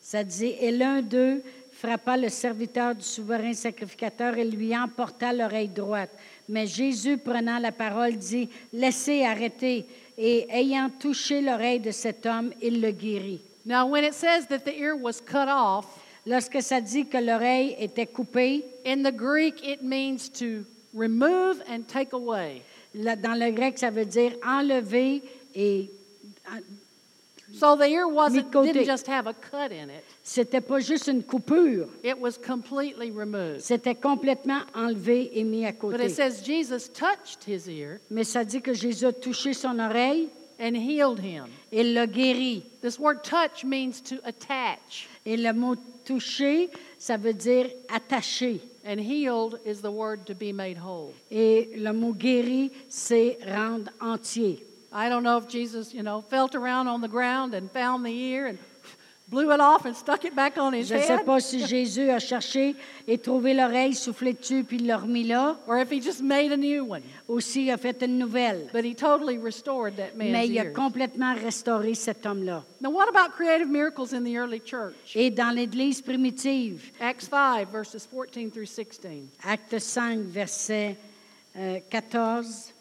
[SPEAKER 1] Ça dit, et l'un d'eux frappa le serviteur du souverain sacrificateur et lui emporta l'oreille droite. Mais Jésus, prenant la parole, dit, laissez arrêter. Et ayant touché l'oreille de cet homme, il le guérit.
[SPEAKER 2] Now, when it says that the ear was cut off,
[SPEAKER 1] Lorsque ça dit que l'oreille était coupée,
[SPEAKER 2] In the Greek, it means to remove and take away.
[SPEAKER 1] là, dans le grec, ça veut dire enlever et
[SPEAKER 2] So the ear wasn't
[SPEAKER 1] Micote.
[SPEAKER 2] didn't just have a cut in it;
[SPEAKER 1] c'était pas juste une coupure,
[SPEAKER 2] it was completely removed.
[SPEAKER 1] c'était complètement enlevé et mis à
[SPEAKER 2] But it
[SPEAKER 1] côté.
[SPEAKER 2] says Jesus touched his ear
[SPEAKER 1] Mais ça dit que Jésus a touché son oreille
[SPEAKER 2] and healed him.
[SPEAKER 1] et l'a guéri.
[SPEAKER 2] This word "touch" means to attach,
[SPEAKER 1] Et le mot toucher, ça veut dire attaché.
[SPEAKER 2] and "healed" is the word to be made whole.
[SPEAKER 1] Et le mot guéri, c'est rendre entier.
[SPEAKER 2] I don't know if Jesus, you know, felt around on the ground and found the ear and *laughs* blew it off and stuck it back on his
[SPEAKER 1] Je ne sais
[SPEAKER 2] head,
[SPEAKER 1] pas si Jésus a cherché et trouvé l'oreille, soufflé dessus, puis l'a remis là,
[SPEAKER 2] or if he just made a new one.
[SPEAKER 1] ou s'il a fait une nouvelle.
[SPEAKER 2] But he totally restored that
[SPEAKER 1] Mais
[SPEAKER 2] man's
[SPEAKER 1] il a
[SPEAKER 2] ear.
[SPEAKER 1] complètement restauré cet homme-là.
[SPEAKER 2] Now, what about creative miracles in the early church?
[SPEAKER 1] Et dans l'Église primitive,
[SPEAKER 2] Acts 5, verses 14 through 16.
[SPEAKER 1] acte 5, verset euh, 14,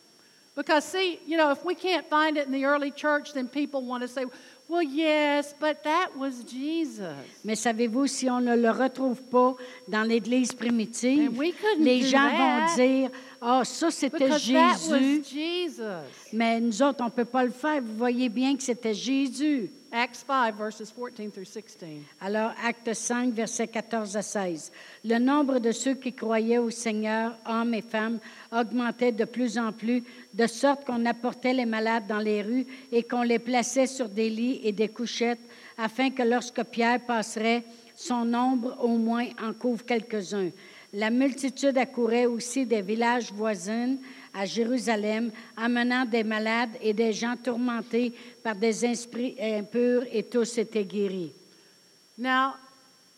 [SPEAKER 2] Because, see, you know, if we can't find it in the early church, then people want to say, well, yes, but that was Jesus.
[SPEAKER 1] mais savez-vous, si on ne le retrouve pas dans l'Église primitive,
[SPEAKER 2] And we couldn't
[SPEAKER 1] les
[SPEAKER 2] do
[SPEAKER 1] gens vont
[SPEAKER 2] that.
[SPEAKER 1] dire, ah, ça c'était
[SPEAKER 2] Because that
[SPEAKER 1] Jésus,
[SPEAKER 2] was Jesus.
[SPEAKER 1] mais nous autres, on ne peut pas le faire. Vous voyez bien que c'était Jésus.
[SPEAKER 2] Acts 5, verses 14 through 16.
[SPEAKER 1] Alors, acte 5, versets 14 à 16. Le nombre de ceux qui croyaient au Seigneur, hommes et femmes, augmentait de plus en plus, de sorte qu'on apportait les malades dans les rues et qu'on les plaçait sur des lits et des couchettes, afin que lorsque Pierre passerait, son nombre au moins en couvre quelques-uns. La multitude accourait aussi des villages voisins à Jérusalem, amenant des malades et des gens tourmentés par des esprits impurs, et tous étaient guéris.
[SPEAKER 2] Now,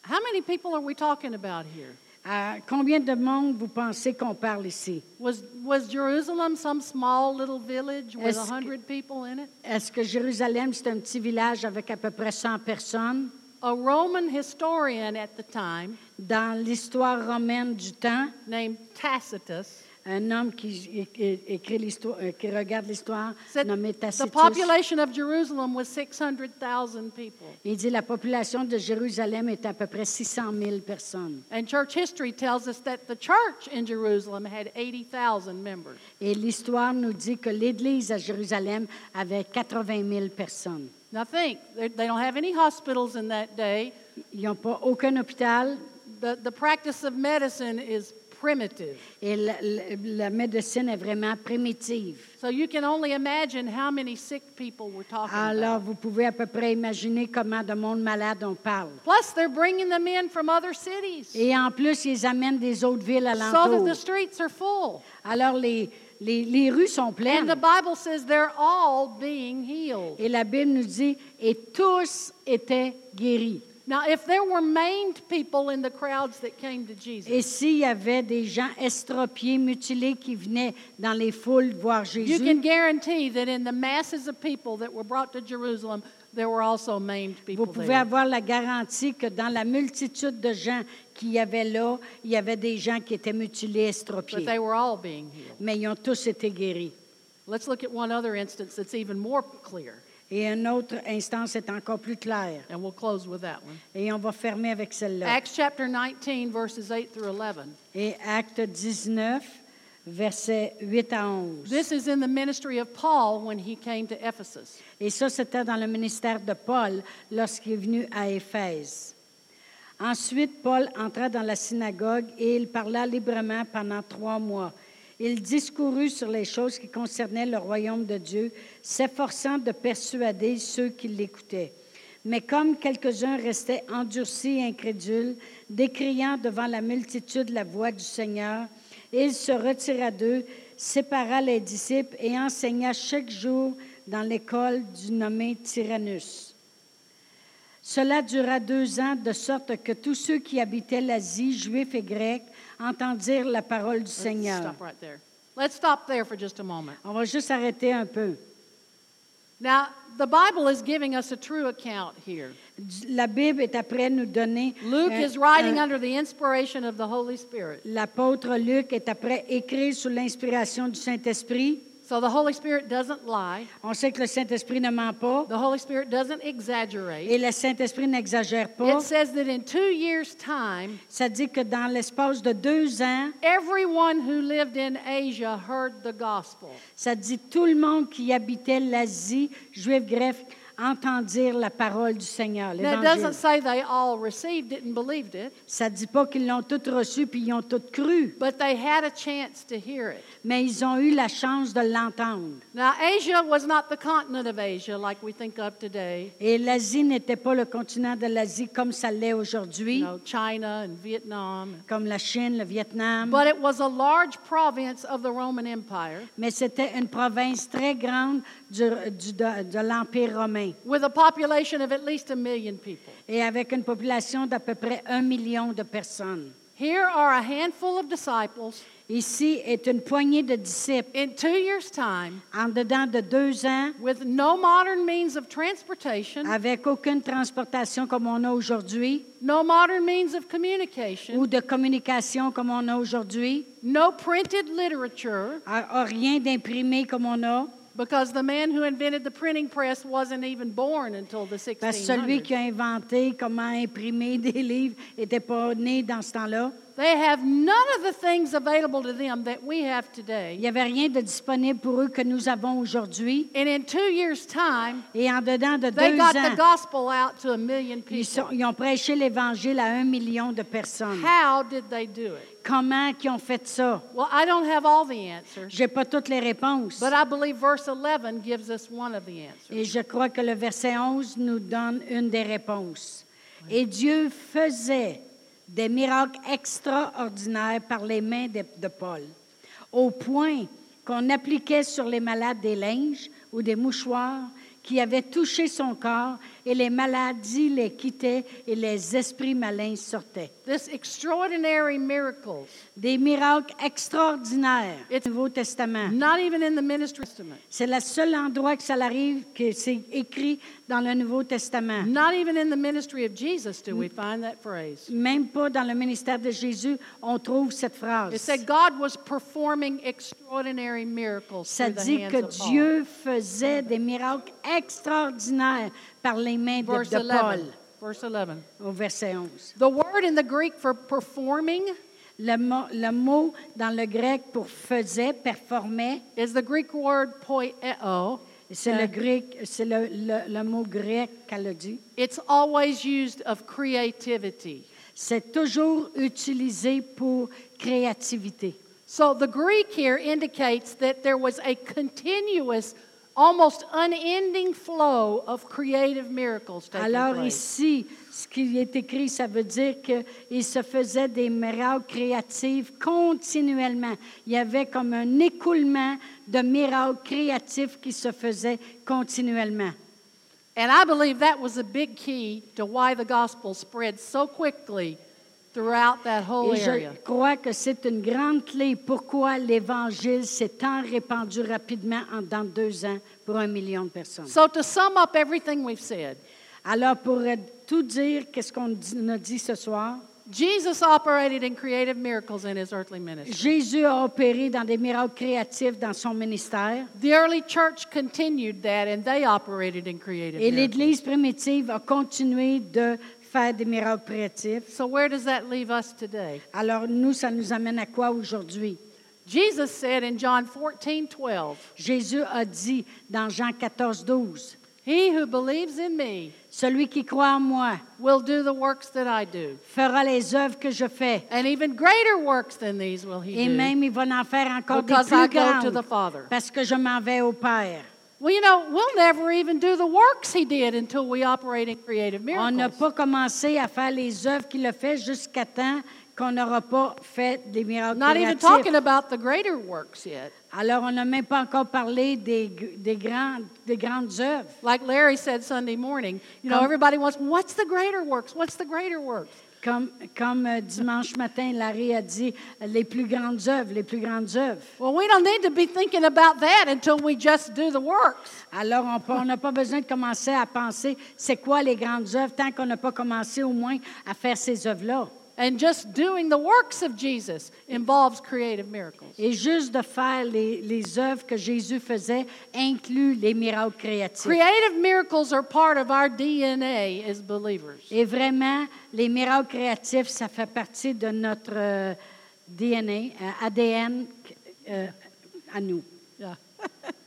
[SPEAKER 2] how many people are we talking about here?
[SPEAKER 1] À combien de monde vous pensez qu'on parle ici?
[SPEAKER 2] Was, was Jerusalem some small little village with
[SPEAKER 1] Est-ce que-
[SPEAKER 2] 100 people in it?
[SPEAKER 1] Est-ce que Jérusalem, c'est un petit village avec à peu près 100 personnes?
[SPEAKER 2] A Roman historian at the time
[SPEAKER 1] Dans l'histoire romaine du temps,
[SPEAKER 2] named Tacitus
[SPEAKER 1] un homme qui, é- é- écrit l'histoire, euh, qui regarde l'histoire,
[SPEAKER 2] said
[SPEAKER 1] nommé
[SPEAKER 2] the
[SPEAKER 1] Tacitus,
[SPEAKER 2] population of Jerusalem was 600,000 people.
[SPEAKER 1] il dit la population de Jérusalem est à peu près 600 000 personnes.
[SPEAKER 2] And church history tells us that the church in Jerusalem had 80,000 members.
[SPEAKER 1] Et l'histoire nous dit que l'Église à Jérusalem avait 80 000 personnes.
[SPEAKER 2] Now think, they they don't have any hospitals in that day.
[SPEAKER 1] Ils n'ont pas aucun hôpital
[SPEAKER 2] The, the practice of medicine is primitive.
[SPEAKER 1] et la- la- la médecine est vraiment primitive.
[SPEAKER 2] So you can only imagine how many sick people we're talking
[SPEAKER 1] Alors,
[SPEAKER 2] about.
[SPEAKER 1] vous pouvez à peu près imaginer comment de monde malade on parle.
[SPEAKER 2] Plus, they're bringing them in from other cities
[SPEAKER 1] Et en plus, ils amènent des autres villes
[SPEAKER 2] so that
[SPEAKER 1] alentour.
[SPEAKER 2] the streets are full.
[SPEAKER 1] Alors, les, les, les rues sont
[SPEAKER 2] And the
[SPEAKER 1] pleines.
[SPEAKER 2] Bible says they're all being healed.
[SPEAKER 1] Et la Bible nous dit, et tous étaient guéris.
[SPEAKER 2] Now, if there were maimed people in the crowds that came to
[SPEAKER 1] Et
[SPEAKER 2] Jesus,
[SPEAKER 1] s'il y avait des gens estropiés, mutilés qui venaient dans les foules voir
[SPEAKER 2] you can
[SPEAKER 1] Jésus,
[SPEAKER 2] guarantee that in the masses of people that were brought to Jerusalem, there were also maimed
[SPEAKER 1] vous
[SPEAKER 2] people
[SPEAKER 1] pouvez
[SPEAKER 2] there.
[SPEAKER 1] avoir la garantie que dans la multitude de gens qu'il y avait là, il y avait des gens qui étaient mutilés,
[SPEAKER 2] But
[SPEAKER 1] estropiés.
[SPEAKER 2] they were all being healed.
[SPEAKER 1] Mais ils ont tous été guéris.
[SPEAKER 2] Let's look at one other instance that's even more clear,
[SPEAKER 1] Et une autre instance est encore plus claire.
[SPEAKER 2] and we'll close with that one.
[SPEAKER 1] Et on va fermer avec celle-là.
[SPEAKER 2] Acts chapter 19, verses 8 through 11.
[SPEAKER 1] Et acte 19, versets 8 à 11.
[SPEAKER 2] This is in the ministry of Paul when he came to Ephesus.
[SPEAKER 1] Et ça, c'était dans le ministère de Paul lorsqu'il est venu à Éphèse. Ensuite, Paul entra dans la synagogue et il parla librement pendant trois mois. Il discourut sur les choses qui concernaient le royaume de Dieu, s'efforçant de persuader ceux qui l'écoutaient. Mais comme quelques-uns restaient endurcis et incrédules, décriant devant la multitude la voix du Seigneur, il se retira d'eux, sépara les disciples et enseigna chaque jour dans l'école du nommé Tyrannus. Cela dura deux ans, de sorte que tous ceux qui habitaient l'Asie, juifs et grecs, entendirent la parole du
[SPEAKER 2] Let's
[SPEAKER 1] Seigneur.
[SPEAKER 2] stop right there. Let's stop there for just a moment.
[SPEAKER 1] On va juste arrêter un peu.
[SPEAKER 2] Now, the Bible is giving us a true account here.
[SPEAKER 1] Du- La Bible est après nous donner.
[SPEAKER 2] Luke
[SPEAKER 1] un-
[SPEAKER 2] is writing
[SPEAKER 1] un-
[SPEAKER 2] under the inspiration of the Holy Spirit.
[SPEAKER 1] L'apôtre Luc est après écrit sous l'inspiration du Saint-Esprit.
[SPEAKER 2] So the Holy Spirit doesn't lie.
[SPEAKER 1] On sait que le Saint-Esprit ne ment pas
[SPEAKER 2] The Holy Spirit doesn't exaggerate.
[SPEAKER 1] et le Saint-Esprit n'exagère pas.
[SPEAKER 2] It says that in two years' time,
[SPEAKER 1] Ça dit que dans l'espace de deux ans,
[SPEAKER 2] everyone who lived in Asia heard the gospel.
[SPEAKER 1] ça dit tout le monde qui habitait l'Asie, juifs, grecs, entendirent la parole du Seigneur,
[SPEAKER 2] Now, it
[SPEAKER 1] l'Évangile.
[SPEAKER 2] doesn't say they all received it and believed it,
[SPEAKER 1] Ça dit pas qu'ils l'ont tous reçu puis ils ont tous cru,
[SPEAKER 2] but they had a chance to hear it.
[SPEAKER 1] mais ils ont eu la chance de l'entendre.
[SPEAKER 2] Now, Asia was not the continent of Asia like we think of today.
[SPEAKER 1] Et l'Asie n'était pas le continent de l'Asie comme ça l'est
[SPEAKER 2] You
[SPEAKER 1] aujourd'hui,
[SPEAKER 2] know, China and Vietnam.
[SPEAKER 1] comme la Chine, le Vietnam,
[SPEAKER 2] But it was a large province of the Roman Empire
[SPEAKER 1] mais c'était une province très grande du- du- de, de l'Empire romain
[SPEAKER 2] with a population of at least a million people.
[SPEAKER 1] et avec une population d'à peu près un million de personnes.
[SPEAKER 2] Here are a handful of disciples
[SPEAKER 1] Ici est une poignée de disciples
[SPEAKER 2] in two years' time
[SPEAKER 1] en dedans de deux ans,
[SPEAKER 2] with no modern means of transportation,
[SPEAKER 1] avec aucune transportation comme on a aujourd'hui
[SPEAKER 2] no modern means of communication,
[SPEAKER 1] ou de communication comme on a aujourd'hui,
[SPEAKER 2] no printed literature,
[SPEAKER 1] a- a rien d'imprimé comme on a.
[SPEAKER 2] because the man who invented the printing press wasn't even born until the
[SPEAKER 1] Parce que celui
[SPEAKER 2] 1600s.
[SPEAKER 1] qui a inventé comment imprimer *laughs* des livres n'était pas né dans ce temps-là.
[SPEAKER 2] They have none of the things available to them that we have
[SPEAKER 1] Il
[SPEAKER 2] today.
[SPEAKER 1] n'y avait rien de disponible pour eux que nous avons aujourd'hui.
[SPEAKER 2] And in two years' time,
[SPEAKER 1] Et en dedans de
[SPEAKER 2] they
[SPEAKER 1] deux
[SPEAKER 2] got the
[SPEAKER 1] ans,
[SPEAKER 2] gospel out to a million
[SPEAKER 1] ils, sont-
[SPEAKER 2] people.
[SPEAKER 1] ils ont prêché l'Évangile à un million de personnes.
[SPEAKER 2] How did they do it?
[SPEAKER 1] Comment qu'ils ont fait ça?
[SPEAKER 2] Well, I don't have all the answers,
[SPEAKER 1] Je n'ai pas toutes les réponses.
[SPEAKER 2] but I believe verse 11 gives us one of the answers.
[SPEAKER 1] Et je crois que le verset 11 nous donne une des réponses. Et Dieu faisait des miracles extraordinaires par les mains de, de Paul, au point qu'on appliquait sur les malades des linges ou des mouchoirs qui avaient touché son corps et les maladies les quittaient et les esprits malins sortaient.
[SPEAKER 2] This extraordinary miracles,
[SPEAKER 1] Des miracles extraordinaires
[SPEAKER 2] It's-
[SPEAKER 1] au Nouveau Testament.
[SPEAKER 2] not even in the ministry testament,
[SPEAKER 1] C'est le seul endroit que ça arrive, que c'est écrit dans le Nouveau Testament.
[SPEAKER 2] not even in the ministry of Jesus do we
[SPEAKER 1] Mm.
[SPEAKER 2] find that phrase.
[SPEAKER 1] Même pas dans le ministère de Jésus, on trouve cette
[SPEAKER 2] It
[SPEAKER 1] phrase.
[SPEAKER 2] said God was performing extraordinary miracles
[SPEAKER 1] Ça
[SPEAKER 2] through the
[SPEAKER 1] dit
[SPEAKER 2] hands
[SPEAKER 1] que
[SPEAKER 2] of Paul.
[SPEAKER 1] Dieu faisait des miracles extraordinaires par les mains de,
[SPEAKER 2] Verse
[SPEAKER 1] de
[SPEAKER 2] 11.
[SPEAKER 1] Paul,
[SPEAKER 2] Verse 11.
[SPEAKER 1] au verset 11.
[SPEAKER 2] The word in the Greek for performing
[SPEAKER 1] Le mot, le mot dans le grec pour faisait, performait,
[SPEAKER 2] is the Greek word poieo.
[SPEAKER 1] c'est le grec, c'est le, le- le mot grec qu'elle a dit.
[SPEAKER 2] It's always used of creativity.
[SPEAKER 1] C'est toujours utilisé pour créativité.
[SPEAKER 2] So the Greek here indicates that there was a continuous, almost unending flow of creative miracles taking
[SPEAKER 1] Alors
[SPEAKER 2] place.
[SPEAKER 1] ici, ce qui est écrit, ça veut dire qu'il se faisait des miracles créatifs continuellement. Il y avait comme un écoulement de miracles créatifs qui se faisait continuellement.
[SPEAKER 2] And I believe that was a big key to why the gospel spread so quickly throughout that whole
[SPEAKER 1] Et
[SPEAKER 2] area.
[SPEAKER 1] je crois que c'est une grande clé pourquoi l'Évangile s'est tant répandu rapidement en dans deux ans pour un million de personnes.
[SPEAKER 2] So to sum up everything we've said,
[SPEAKER 1] Alors pour euh, tout dire, qu'est-ce qu'on dit- on a dit ce soir?
[SPEAKER 2] Jesus operated in creative miracles in his earthly ministry.
[SPEAKER 1] Jésus a opéré dans des miracles créatifs dans son ministère.
[SPEAKER 2] The early church continued that and they operated in creative
[SPEAKER 1] Et
[SPEAKER 2] miracles.
[SPEAKER 1] l'Église primitive a continué de faire des miracles créatifs.
[SPEAKER 2] So where does that leave us today?
[SPEAKER 1] Alors nous, ça nous amène à quoi aujourd'hui?
[SPEAKER 2] Jesus said in John 14, 12,
[SPEAKER 1] Jésus a dit dans Jean 14, 12,
[SPEAKER 2] He who believes in me
[SPEAKER 1] Celui qui croit en moi
[SPEAKER 2] will do the works that I do.
[SPEAKER 1] fera les œuvres que je fais.
[SPEAKER 2] And even greater works than these will he
[SPEAKER 1] Et
[SPEAKER 2] do.
[SPEAKER 1] même, il va en faire encore des
[SPEAKER 2] Because I
[SPEAKER 1] plus
[SPEAKER 2] go to
[SPEAKER 1] grandes
[SPEAKER 2] the Father.
[SPEAKER 1] parce que je m'en vais au Père.
[SPEAKER 2] Well, you know, we'll never even do the works he did until we operate in creative
[SPEAKER 1] On n'a
[SPEAKER 2] miracles.
[SPEAKER 1] pas commencé à faire les œuvres qu'il a fait jusqu'à temps qu'on n'aura pas fait des miracles
[SPEAKER 2] Not even
[SPEAKER 1] créatifs.
[SPEAKER 2] talking about the greater works yet.
[SPEAKER 1] Alors, on n'a même pas encore parlé des, des grandes- des grandes œuvres.
[SPEAKER 2] Like Larry said Sunday morning, you know,
[SPEAKER 1] Come-
[SPEAKER 2] everybody wants, what's the greater works? What's the greater works?
[SPEAKER 1] Comme, comme euh, dimanche matin, Larry a dit les plus grandes œuvres, les plus grandes œuvres.
[SPEAKER 2] Well, we don't need to be thinking about that until we just do the works.
[SPEAKER 1] Alors, on peut- on n'a pas besoin de commencer à penser c'est quoi les grandes œuvres tant qu'on n'a pas commencé au moins à faire ces œuvres-là.
[SPEAKER 2] And just doing the works of Jesus involves creative miracles.
[SPEAKER 1] Et juste de faire les, les œuvres que Jésus faisait inclut les miracles créatifs.
[SPEAKER 2] Creative miracles are part of our DNA as believers.
[SPEAKER 1] Et vraiment, les miracles créatifs, ça fait partie de notre euh, DNA, euh, ADN euh, à nous.
[SPEAKER 2] Yeah. *laughs*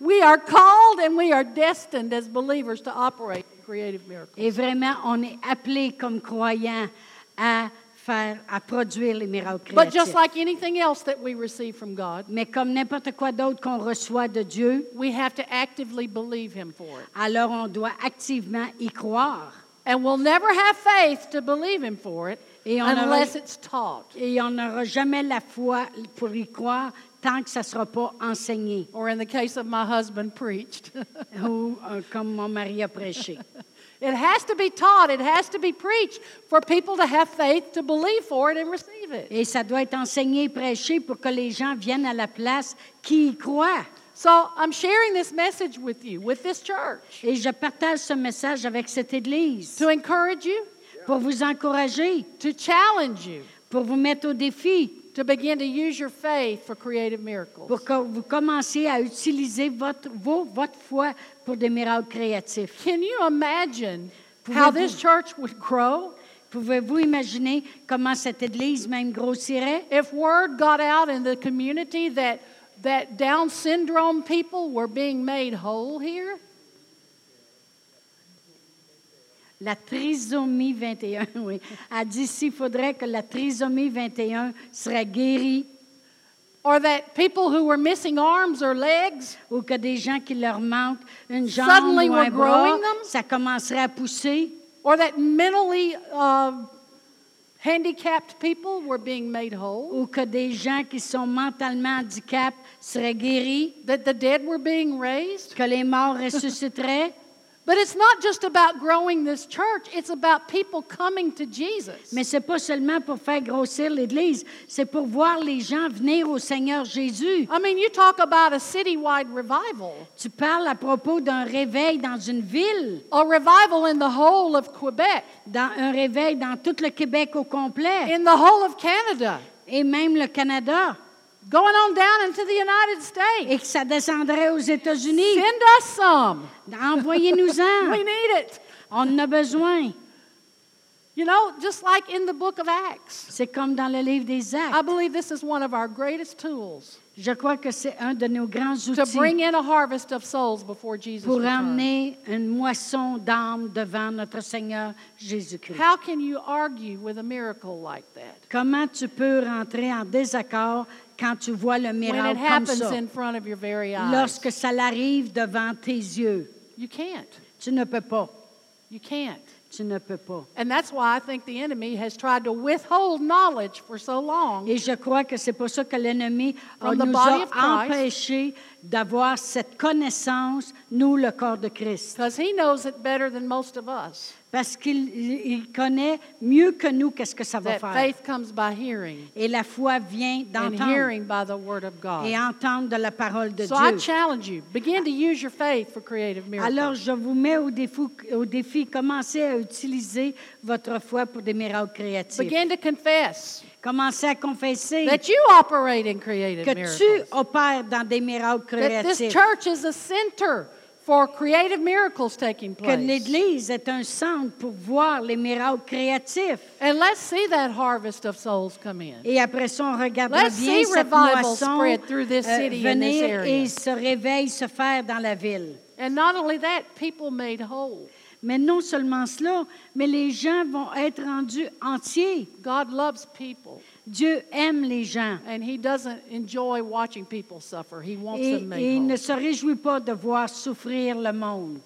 [SPEAKER 2] we are called and we are destined as believers to operate in creative miracles.
[SPEAKER 1] Et vraiment, on est appelé comme croyants à faire, à produire les miracles
[SPEAKER 2] But just
[SPEAKER 1] créatifs.
[SPEAKER 2] like anything else that we receive from God,
[SPEAKER 1] Mais comme n'importe quoi d'autre qu'on reçoit de Dieu,
[SPEAKER 2] we have to actively believe Him for it.
[SPEAKER 1] alors on doit activement y croire.
[SPEAKER 2] And we'll never have faith to believe Him for it
[SPEAKER 1] Et on aura-
[SPEAKER 2] unless it's taught
[SPEAKER 1] Et on n'aura jamais la foi pour y croire tant que ça ne sera pas enseigné, *laughs*
[SPEAKER 2] or, in the case of my husband, preached. *laughs*
[SPEAKER 1] ou euh, comme mon mari a prêché.
[SPEAKER 2] It has to be taught, it has to be preached for people to have faith to believe for it and receive it.
[SPEAKER 1] Et ça doit être enseigné, prêché pour que les gens viennent à la place qui y croient.
[SPEAKER 2] So I'm sharing this message with you, with this church,
[SPEAKER 1] Et je partage ce message avec cette Église
[SPEAKER 2] to encourage you,
[SPEAKER 1] pour vous encourager,
[SPEAKER 2] to challenge you,
[SPEAKER 1] pour vous mettre au défi,
[SPEAKER 2] to begin to use your faith for creative miracles.
[SPEAKER 1] pour que vous commenciez à utiliser votre, vos- votre foi pour des miracles créatifs.
[SPEAKER 2] Can you imagine how this church would grow
[SPEAKER 1] Pouvez-vous imaginer comment cette Église même grossirait
[SPEAKER 2] if word got out in the community that, that Down syndrome people were being made whole here?
[SPEAKER 1] La trisomie 21, *laughs* oui. Elle dit s'il faudrait que la trisomie 21 serait guérie
[SPEAKER 2] Or that people who were missing arms or legs
[SPEAKER 1] ou que des gens qui leur manquent une jambe
[SPEAKER 2] Suddenly
[SPEAKER 1] ou un
[SPEAKER 2] we're
[SPEAKER 1] bras,
[SPEAKER 2] growing them?
[SPEAKER 1] ça commencerait à pousser
[SPEAKER 2] or that mentally uh, handicapped people were being made whole,
[SPEAKER 1] ou que des gens qui sont mentalement handicapés seraient guéris,
[SPEAKER 2] that the dead were being raised.
[SPEAKER 1] que les morts ressusciteraient.
[SPEAKER 2] But it's not just about growing this church, it's about people coming to Jesus.
[SPEAKER 1] Mais c'est pas seulement pour faire grossir l'Église, c'est pour voir les gens venir au Seigneur Jésus.
[SPEAKER 2] I mean, you talk about a citywide revival,
[SPEAKER 1] Tu parles à propos d'un réveil dans une ville,
[SPEAKER 2] a revival in the whole of Quebec,
[SPEAKER 1] dans un réveil dans tout le Québec au complet.
[SPEAKER 2] in the whole of Canada,
[SPEAKER 1] et même le Canada,
[SPEAKER 2] going on down into the United States.
[SPEAKER 1] et que ça descendrait aux États-Unis.
[SPEAKER 2] Send us some. *laughs* We
[SPEAKER 1] Envoyez-nous-en.
[SPEAKER 2] need it.
[SPEAKER 1] On en a besoin.
[SPEAKER 2] You know, just like in the book of Acts.
[SPEAKER 1] C'est comme dans le livre des
[SPEAKER 2] I
[SPEAKER 1] Actes.
[SPEAKER 2] believe this is one of our greatest tools
[SPEAKER 1] Je crois que c'est un de nos grands
[SPEAKER 2] to bring
[SPEAKER 1] outils
[SPEAKER 2] in a harvest of souls before Jesus
[SPEAKER 1] pour
[SPEAKER 2] returns.
[SPEAKER 1] amener une moisson d'âmes devant notre Seigneur Jésus-Christ.
[SPEAKER 2] How can you argue with a miracle like that
[SPEAKER 1] Comment tu peux rentrer en désaccord quand tu vois le
[SPEAKER 2] when it
[SPEAKER 1] miracle comme
[SPEAKER 2] happens
[SPEAKER 1] ça?
[SPEAKER 2] in front of your very eyes?
[SPEAKER 1] Lorsque ça l'arrive devant tes yeux,
[SPEAKER 2] You can't.
[SPEAKER 1] tu ne peux pas.
[SPEAKER 2] You can't.
[SPEAKER 1] Tu ne peux pas.
[SPEAKER 2] And that's why I think the enemy has tried to withhold knowledge for so long
[SPEAKER 1] Et je crois que c'est pour ça que l'ennemi a-
[SPEAKER 2] From the
[SPEAKER 1] nous
[SPEAKER 2] body of
[SPEAKER 1] a
[SPEAKER 2] Christ.
[SPEAKER 1] empêchés d'avoir cette connaissance, nous, le corps de Christ.
[SPEAKER 2] because he knows it better than most of us
[SPEAKER 1] Parce qu'il il connaît mieux que nous qu'est-ce que ça va
[SPEAKER 2] that
[SPEAKER 1] faire.
[SPEAKER 2] faith comes by hearing
[SPEAKER 1] Et la foi vient
[SPEAKER 2] and
[SPEAKER 1] d'entendre
[SPEAKER 2] hearing by the word of
[SPEAKER 1] et
[SPEAKER 2] God.
[SPEAKER 1] entendre de la parole de
[SPEAKER 2] So I
[SPEAKER 1] Dieu.
[SPEAKER 2] challenge you begin to use your faith for creative
[SPEAKER 1] Alors,
[SPEAKER 2] miracles.
[SPEAKER 1] je vous mets au défi, au défi, commencez à utiliser votre foi pour des miracles créatifs.
[SPEAKER 2] Begin to confess.
[SPEAKER 1] Commencez à confesser
[SPEAKER 2] that you operate in creative
[SPEAKER 1] que tu
[SPEAKER 2] miracles.
[SPEAKER 1] opères dans des miracles
[SPEAKER 2] That this
[SPEAKER 1] créatifs.
[SPEAKER 2] church is a center for creative miracles taking
[SPEAKER 1] que
[SPEAKER 2] place.
[SPEAKER 1] l'Église est un centre pour voir les miracles créatifs.
[SPEAKER 2] And let's see that harvest of souls come in.
[SPEAKER 1] Et après ça, on regardera
[SPEAKER 2] Let's
[SPEAKER 1] bien
[SPEAKER 2] see
[SPEAKER 1] cette
[SPEAKER 2] revival
[SPEAKER 1] moisson
[SPEAKER 2] spread through this
[SPEAKER 1] euh,
[SPEAKER 2] city and this
[SPEAKER 1] venir
[SPEAKER 2] area.
[SPEAKER 1] et ce réveil se faire dans la ville.
[SPEAKER 2] And not only that, people made whole.
[SPEAKER 1] Mais non seulement cela, mais les gens vont être rendus entiers.
[SPEAKER 2] God loves people,
[SPEAKER 1] Dieu aime les gens.
[SPEAKER 2] and He doesn't enjoy watching people suffer. He wants
[SPEAKER 1] Et,
[SPEAKER 2] them
[SPEAKER 1] et il
[SPEAKER 2] made
[SPEAKER 1] ne
[SPEAKER 2] whole.
[SPEAKER 1] se réjouit pas de voir souffrir le monde.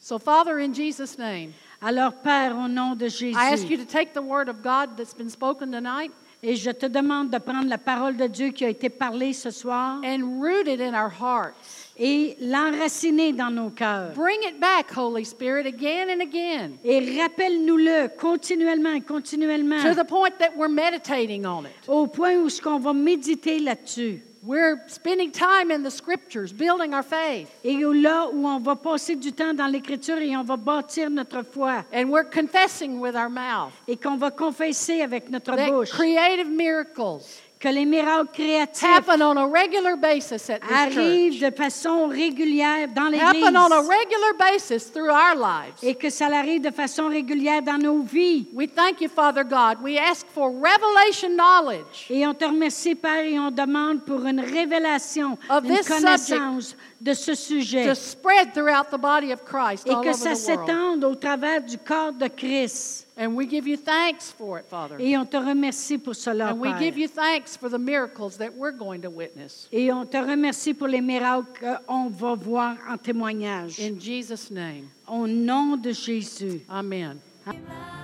[SPEAKER 2] So, Father, in Jesus' name,
[SPEAKER 1] Alors, Père, au nom de
[SPEAKER 2] I ask you
[SPEAKER 1] Jésus,
[SPEAKER 2] to take the word of God that's been spoken tonight
[SPEAKER 1] et je te demande de prendre la parole de Dieu qui a été parlée ce soir
[SPEAKER 2] and root it in our hearts.
[SPEAKER 1] et l'enraciner dans nos cœurs.
[SPEAKER 2] Bring it back, Holy Spirit, again and again.
[SPEAKER 1] Et rappelle-nous-le continuellement, continuellement,
[SPEAKER 2] to the point that we're meditating on it,
[SPEAKER 1] au point où ce qu'on va méditer là-dessus,
[SPEAKER 2] We're spending time in the scriptures, building our faith,
[SPEAKER 1] Et où là où on va passer du temps dans l'Écriture et on va bâtir notre foi
[SPEAKER 2] and we're confessing with our mouth
[SPEAKER 1] et qu'on va confesser avec notre
[SPEAKER 2] that
[SPEAKER 1] bouche
[SPEAKER 2] creative miracles
[SPEAKER 1] que les miracles créatifs
[SPEAKER 2] happen on a regular basis at this church,
[SPEAKER 1] arrivent de façon régulière dans
[SPEAKER 2] happen on a
[SPEAKER 1] l'Église
[SPEAKER 2] regular basis through our lives.
[SPEAKER 1] et que ça arrive de façon régulière dans nos vies.
[SPEAKER 2] We thank you, Father God. We ask for revelation knowledge
[SPEAKER 1] Et on te remercie, Père, et on demande pour une révélation,
[SPEAKER 2] Of
[SPEAKER 1] une
[SPEAKER 2] this
[SPEAKER 1] connaissance de ce sujet
[SPEAKER 2] to spread throughout the body of Christ
[SPEAKER 1] et
[SPEAKER 2] all
[SPEAKER 1] que
[SPEAKER 2] over
[SPEAKER 1] ça
[SPEAKER 2] the world.
[SPEAKER 1] s'étende au travers du corps de Christ.
[SPEAKER 2] And we give you thanks for it, Father.
[SPEAKER 1] Et on te remercie pour cela,
[SPEAKER 2] And we
[SPEAKER 1] Père.
[SPEAKER 2] give you thanks for the miracles that we're going to witness.
[SPEAKER 1] Et on te remercie pour les miracles qu'on va voir en témoignage.
[SPEAKER 2] In Jesus' name,
[SPEAKER 1] Au nom de Jésus.
[SPEAKER 2] amen.
[SPEAKER 3] Thank